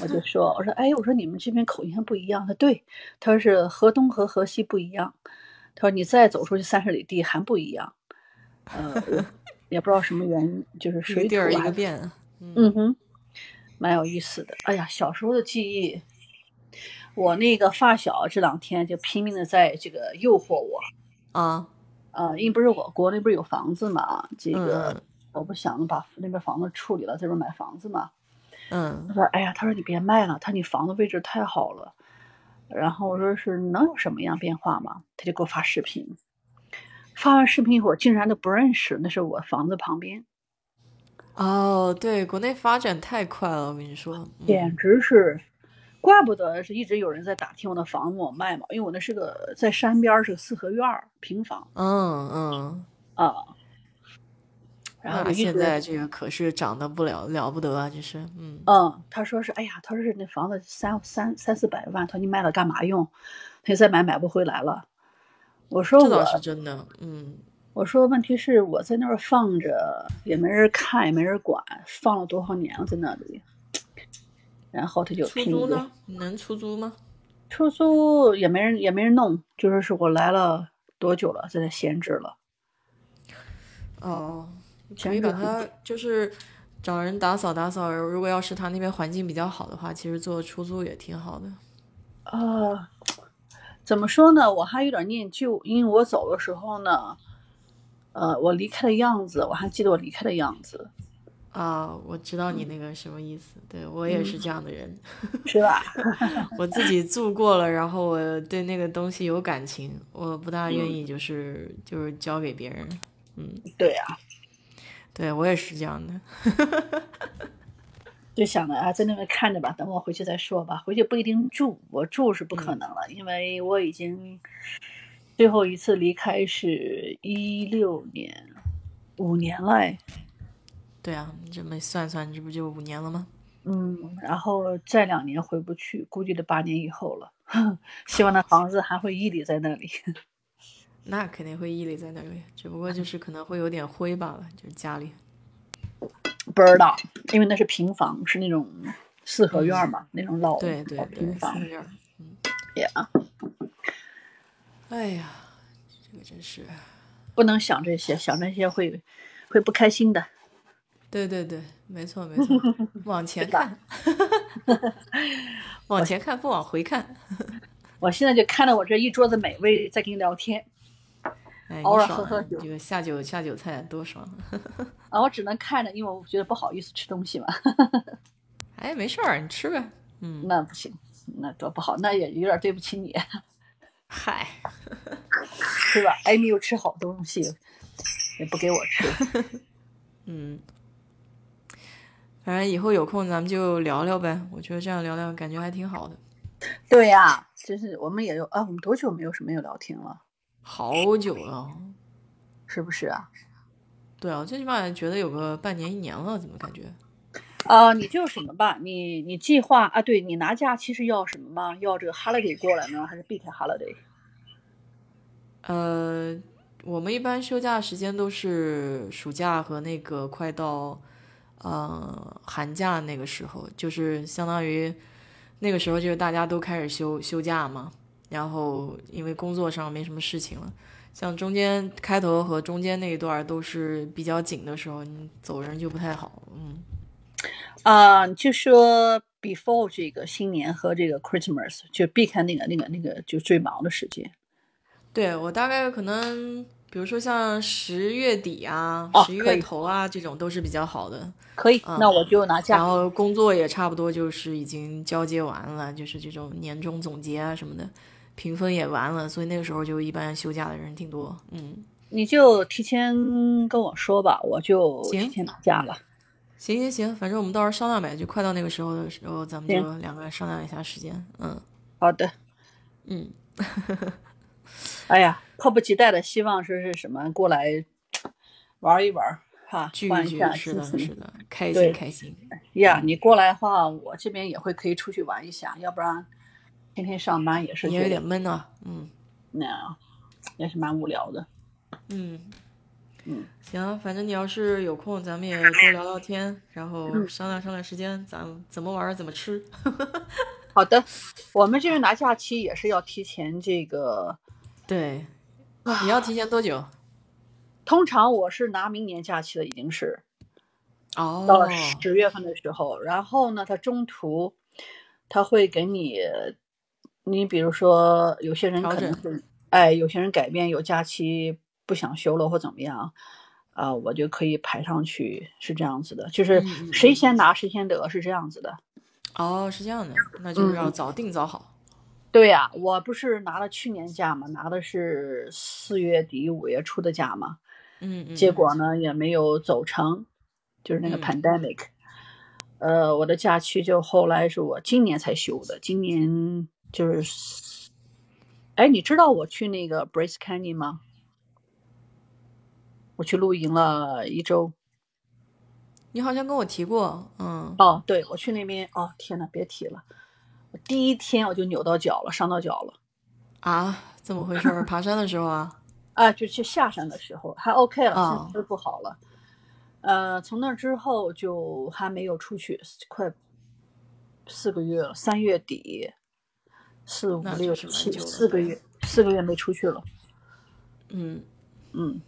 Speaker 2: 我就说，我说，哎，我说你们这边口音还不一样。他说对，他说是河东和河西不一样。他说你再走出去三十里地还不一样。呃， 我也不知道什么原因，就是
Speaker 1: 一个
Speaker 2: 水
Speaker 1: 地
Speaker 2: 土
Speaker 1: 儿一
Speaker 2: 还
Speaker 1: 个变，嗯
Speaker 2: 嗯哼，蛮有意思的。哎呀，小时候的记忆，我那个发小这两天就拼命的在这个诱惑我。
Speaker 1: 啊，
Speaker 2: 呃，因为不是我国内不是有房子嘛，这
Speaker 1: 嗯
Speaker 2: 个我不想着把那边房子处理了，这边买房子嘛。
Speaker 1: 嗯
Speaker 2: 他说：“哎呀，他说你别卖了，他说你房子位置太好了。”然后我说：“是能有什么样变化吗？”他就给我发视频，发完视频以后，我竟然都不认识，那是我房子旁边，
Speaker 1: 哦，对，国内发展太快了，我跟你说，嗯
Speaker 2: 简直是，怪不得是一直有人在打听我的房子我卖嘛，因为我那是个在山边儿，是个四合院儿平房
Speaker 1: 嗯嗯，
Speaker 2: 啊。然后
Speaker 1: 那
Speaker 2: 就一
Speaker 1: 现
Speaker 2: 直
Speaker 1: 在这个可是涨得不了了不得啊，这是，嗯
Speaker 2: 嗯，他说是，哎呀，他说是那房子三三三四百万，他说你卖了干嘛用？他就再买买不回来了。我说
Speaker 1: 这
Speaker 2: 我
Speaker 1: 倒是真的，嗯
Speaker 2: 我说问题是我在那儿放着也没人看也没人管，放了多少年了在那里。然后他就
Speaker 1: 出
Speaker 2: 拼
Speaker 1: 租
Speaker 2: 命地
Speaker 1: 呢？你能出租吗？
Speaker 2: 出租也没人也没人弄，就说是我来了多久了，在那闲置了。
Speaker 1: 哦，可以
Speaker 2: 闲置
Speaker 1: 把
Speaker 2: 很
Speaker 1: 它就是找人打扫打扫。如果要是他那边环境比较好的话，其实做出租也挺好的。
Speaker 2: 呃，怎么说呢？我还有点念旧，因为我走的时候呢，呃，我离开的样子，我还记得我离开的样子，
Speaker 1: 啊，我知道你那个什么意思，对我也是这样的人，
Speaker 2: 是吧？
Speaker 1: 我自己住过了，然后我对那个东西有感情，我不大愿意就是、就是交给别人，
Speaker 2: 对啊呀、
Speaker 1: 对我也是这样的，
Speaker 2: 就想着啊，在那边看着吧，等我回去再说吧。回去不一定住，我住是
Speaker 1: 嗯
Speaker 2: 不可能了，因为我已经最后一次离开是一六年，五年了哎。
Speaker 1: 对啊，你这么算算，这不就五年了吗？
Speaker 2: 嗯，然后再两年回不去，估计得八年以后了。 希望那房子还会屹立在那里。
Speaker 1: 那肯定会屹立在那里，只不过就是可能会有点灰罢了，就是家里，
Speaker 2: 不知道，因为那是平房，是那种四合院嘛，那种老
Speaker 1: 嗯对对
Speaker 2: 老
Speaker 1: 对，
Speaker 2: 平
Speaker 1: 四
Speaker 2: 房
Speaker 1: 个院儿。嗯
Speaker 2: 也
Speaker 1: 哎呀，这个真是，
Speaker 2: 不能想这些，想这些会会不开心的。
Speaker 1: 对对对，没错没错， 往前
Speaker 2: 对吧
Speaker 1: 看，往前看不往回看，
Speaker 2: 我现在就看着我这一桌子美味，在跟你聊天，
Speaker 1: 哎，你
Speaker 2: 偶尔
Speaker 1: 爽
Speaker 2: 喝喝
Speaker 1: 啊你
Speaker 2: 酒
Speaker 1: 这个下酒下酒菜多爽啊！
Speaker 2: 啊，我只能看着，因为我觉得不好意思吃东西嘛，
Speaker 1: 哎，没事儿，你吃呗。嗯，
Speaker 2: 那不行，那多不好，那也有点对不起你，
Speaker 1: 嗨，
Speaker 2: 是吧？艾米又吃好东西，也不给我吃，
Speaker 1: 嗯，反正以后有空咱们就聊聊呗。我觉得这样聊聊感觉还挺好的，
Speaker 2: 对呀、真是我们也有啊，我们多久没有什么有聊天了，
Speaker 1: 好久了。
Speaker 2: 是不是啊？
Speaker 1: 对啊，最起码觉得有个半年一年了，怎么感觉？
Speaker 2: 啊，你就什么吧，你你计划啊，对你拿假期是要什么吗？要这个 holiday 过来呢，还是避开 holiday？
Speaker 1: 呃，我们一般休假时间都是暑假和那个快到呃寒假那个时候，就是相当于那个时候就是大家都开始休休假嘛，然后因为工作上没什么事情了，像中间开头和中间那一段都是比较紧的时候，你走人就不太好。嗯，
Speaker 2: 啊，就说 before 这个新年和这个 Christmas 就避开那个那个那个就最忙的时间。
Speaker 1: 对我大概可能，比如说像十月底啊、
Speaker 2: 哦
Speaker 1: 十一
Speaker 2: 可
Speaker 1: 月
Speaker 2: 以
Speaker 1: 头啊这种都是比较好的。
Speaker 2: 可以，
Speaker 1: 嗯
Speaker 2: 那我就拿
Speaker 1: 然
Speaker 2: 假。
Speaker 1: 后工作也差不多就是已经交接完了，就是这种年终总结啊什么的，评分也完了，所以那个时候就一般休假的人挺多。嗯，
Speaker 2: 你就提前跟我说吧，我就
Speaker 1: 行
Speaker 2: 提前拿假了。
Speaker 1: 行行行，反正我们到时候商量呗，就快到那个时候的时候，咱们就
Speaker 2: 行
Speaker 1: 两个人商量一下时间。嗯
Speaker 2: 好的，
Speaker 1: 嗯，
Speaker 2: 哎呀，迫不及待的希望说是什么过来玩一玩哈，
Speaker 1: 聚
Speaker 2: 换
Speaker 1: 一
Speaker 2: 一
Speaker 1: 聚
Speaker 2: 下，
Speaker 1: 是的，
Speaker 2: 心情。
Speaker 1: 是的，开
Speaker 2: 对
Speaker 1: 心开心。
Speaker 2: 呀你过来的话，我这边也会可以出去玩一下，要不然天天上班也是
Speaker 1: 也有
Speaker 2: 觉
Speaker 1: 点
Speaker 2: 得
Speaker 1: 闷啊，嗯
Speaker 2: 那也是蛮无聊的。
Speaker 1: 嗯
Speaker 2: 嗯，
Speaker 1: 行，反正你要是有空，咱们也多聊聊天，然后
Speaker 2: 嗯
Speaker 1: 商量商量时间，咱们怎么玩儿怎么吃。
Speaker 2: 好的，我们这边拿假期也是要提前这个，
Speaker 1: 对，你要提前多久？
Speaker 2: 通常我是拿明年假期的，已经是
Speaker 1: 哦，
Speaker 2: 到了十月份的时候，然后呢，它中途它会给你，你比如说有些人
Speaker 1: 调
Speaker 2: 可能
Speaker 1: 整
Speaker 2: 会，哎，有些人改变有假期不想休了或怎么样，啊、我就可以排上去，是这样子的，就是
Speaker 1: 嗯嗯
Speaker 2: 谁先拿谁先得，是这样子的。
Speaker 1: 哦，是这样的，那就是要
Speaker 2: 嗯
Speaker 1: 早定早好。
Speaker 2: 对呀、我不是拿了去年假嘛，拿的是四月底五月初的假嘛，
Speaker 1: 嗯嗯，
Speaker 2: 结
Speaker 1: 嗯
Speaker 2: 果呢也没有走成，就是那个
Speaker 1: 嗯
Speaker 2: pandemic。呃，我的假期就后来是我今年才休的，今年就是，哎，你知道我去那个 Brace Canyon 吗？我去露营了一周。
Speaker 1: 你好像跟我提过，嗯，
Speaker 2: 哦，对，我去那边，哦，天呐，别提了，我第一天我就扭到脚了，伤到脚了。
Speaker 1: 啊，怎么回事儿？爬山的时候啊，
Speaker 2: 啊，就去下山的时候还 OK 了，
Speaker 1: 哦
Speaker 2: 现在恢复好了。呃，从那之后就还没有出去，快四个月了，三月底，四五
Speaker 1: 那就
Speaker 2: 六
Speaker 1: 是蛮
Speaker 2: 七
Speaker 1: 久了
Speaker 2: 四个
Speaker 1: 对
Speaker 2: 月，四个月没出去了。
Speaker 1: 嗯，
Speaker 2: 嗯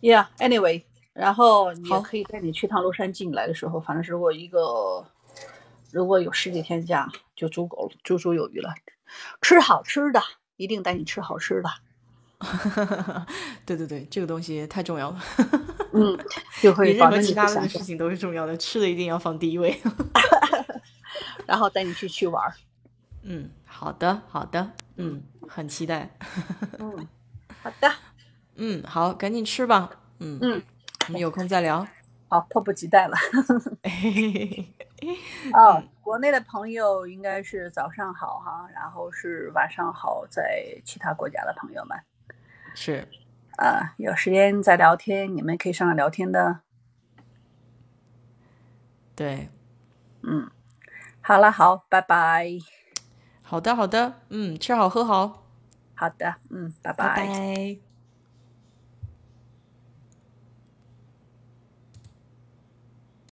Speaker 2: ，Yeah，anyway，然后你也
Speaker 1: 好
Speaker 2: 可以在你去趟洛杉矶你来的时候，反正如果一个如果有十几天假，就足够了，足足有余了。吃好吃的，一定带你吃好吃的。
Speaker 1: 对对对，这个东西太重要了，
Speaker 2: 嗯，就
Speaker 1: 比
Speaker 2: 会
Speaker 1: 任
Speaker 2: 保
Speaker 1: 何
Speaker 2: 证你
Speaker 1: 其
Speaker 2: 不
Speaker 1: 他
Speaker 2: 想
Speaker 1: 的事
Speaker 2: 家
Speaker 1: 情都是重要的，吃的一定要放第一位。
Speaker 2: 然后带你去去玩儿。
Speaker 1: 嗯，好的，好的，嗯，很期待。
Speaker 2: 嗯， 好的，
Speaker 1: 嗯，好，赶紧吃吧。嗯
Speaker 2: 嗯，
Speaker 1: 我们有空再聊。
Speaker 2: 好，迫不及 待了。哦，国内的朋友应该是早上好哈，然后是晚上好，在其他国家的朋友们
Speaker 1: 是，
Speaker 2: 啊、有时间再聊天，你们可以上来聊天的。
Speaker 1: 对，
Speaker 2: 嗯，好了，好，拜拜。
Speaker 1: 好的，好的，嗯，吃好喝好，
Speaker 2: 好的，嗯，拜
Speaker 1: 拜拜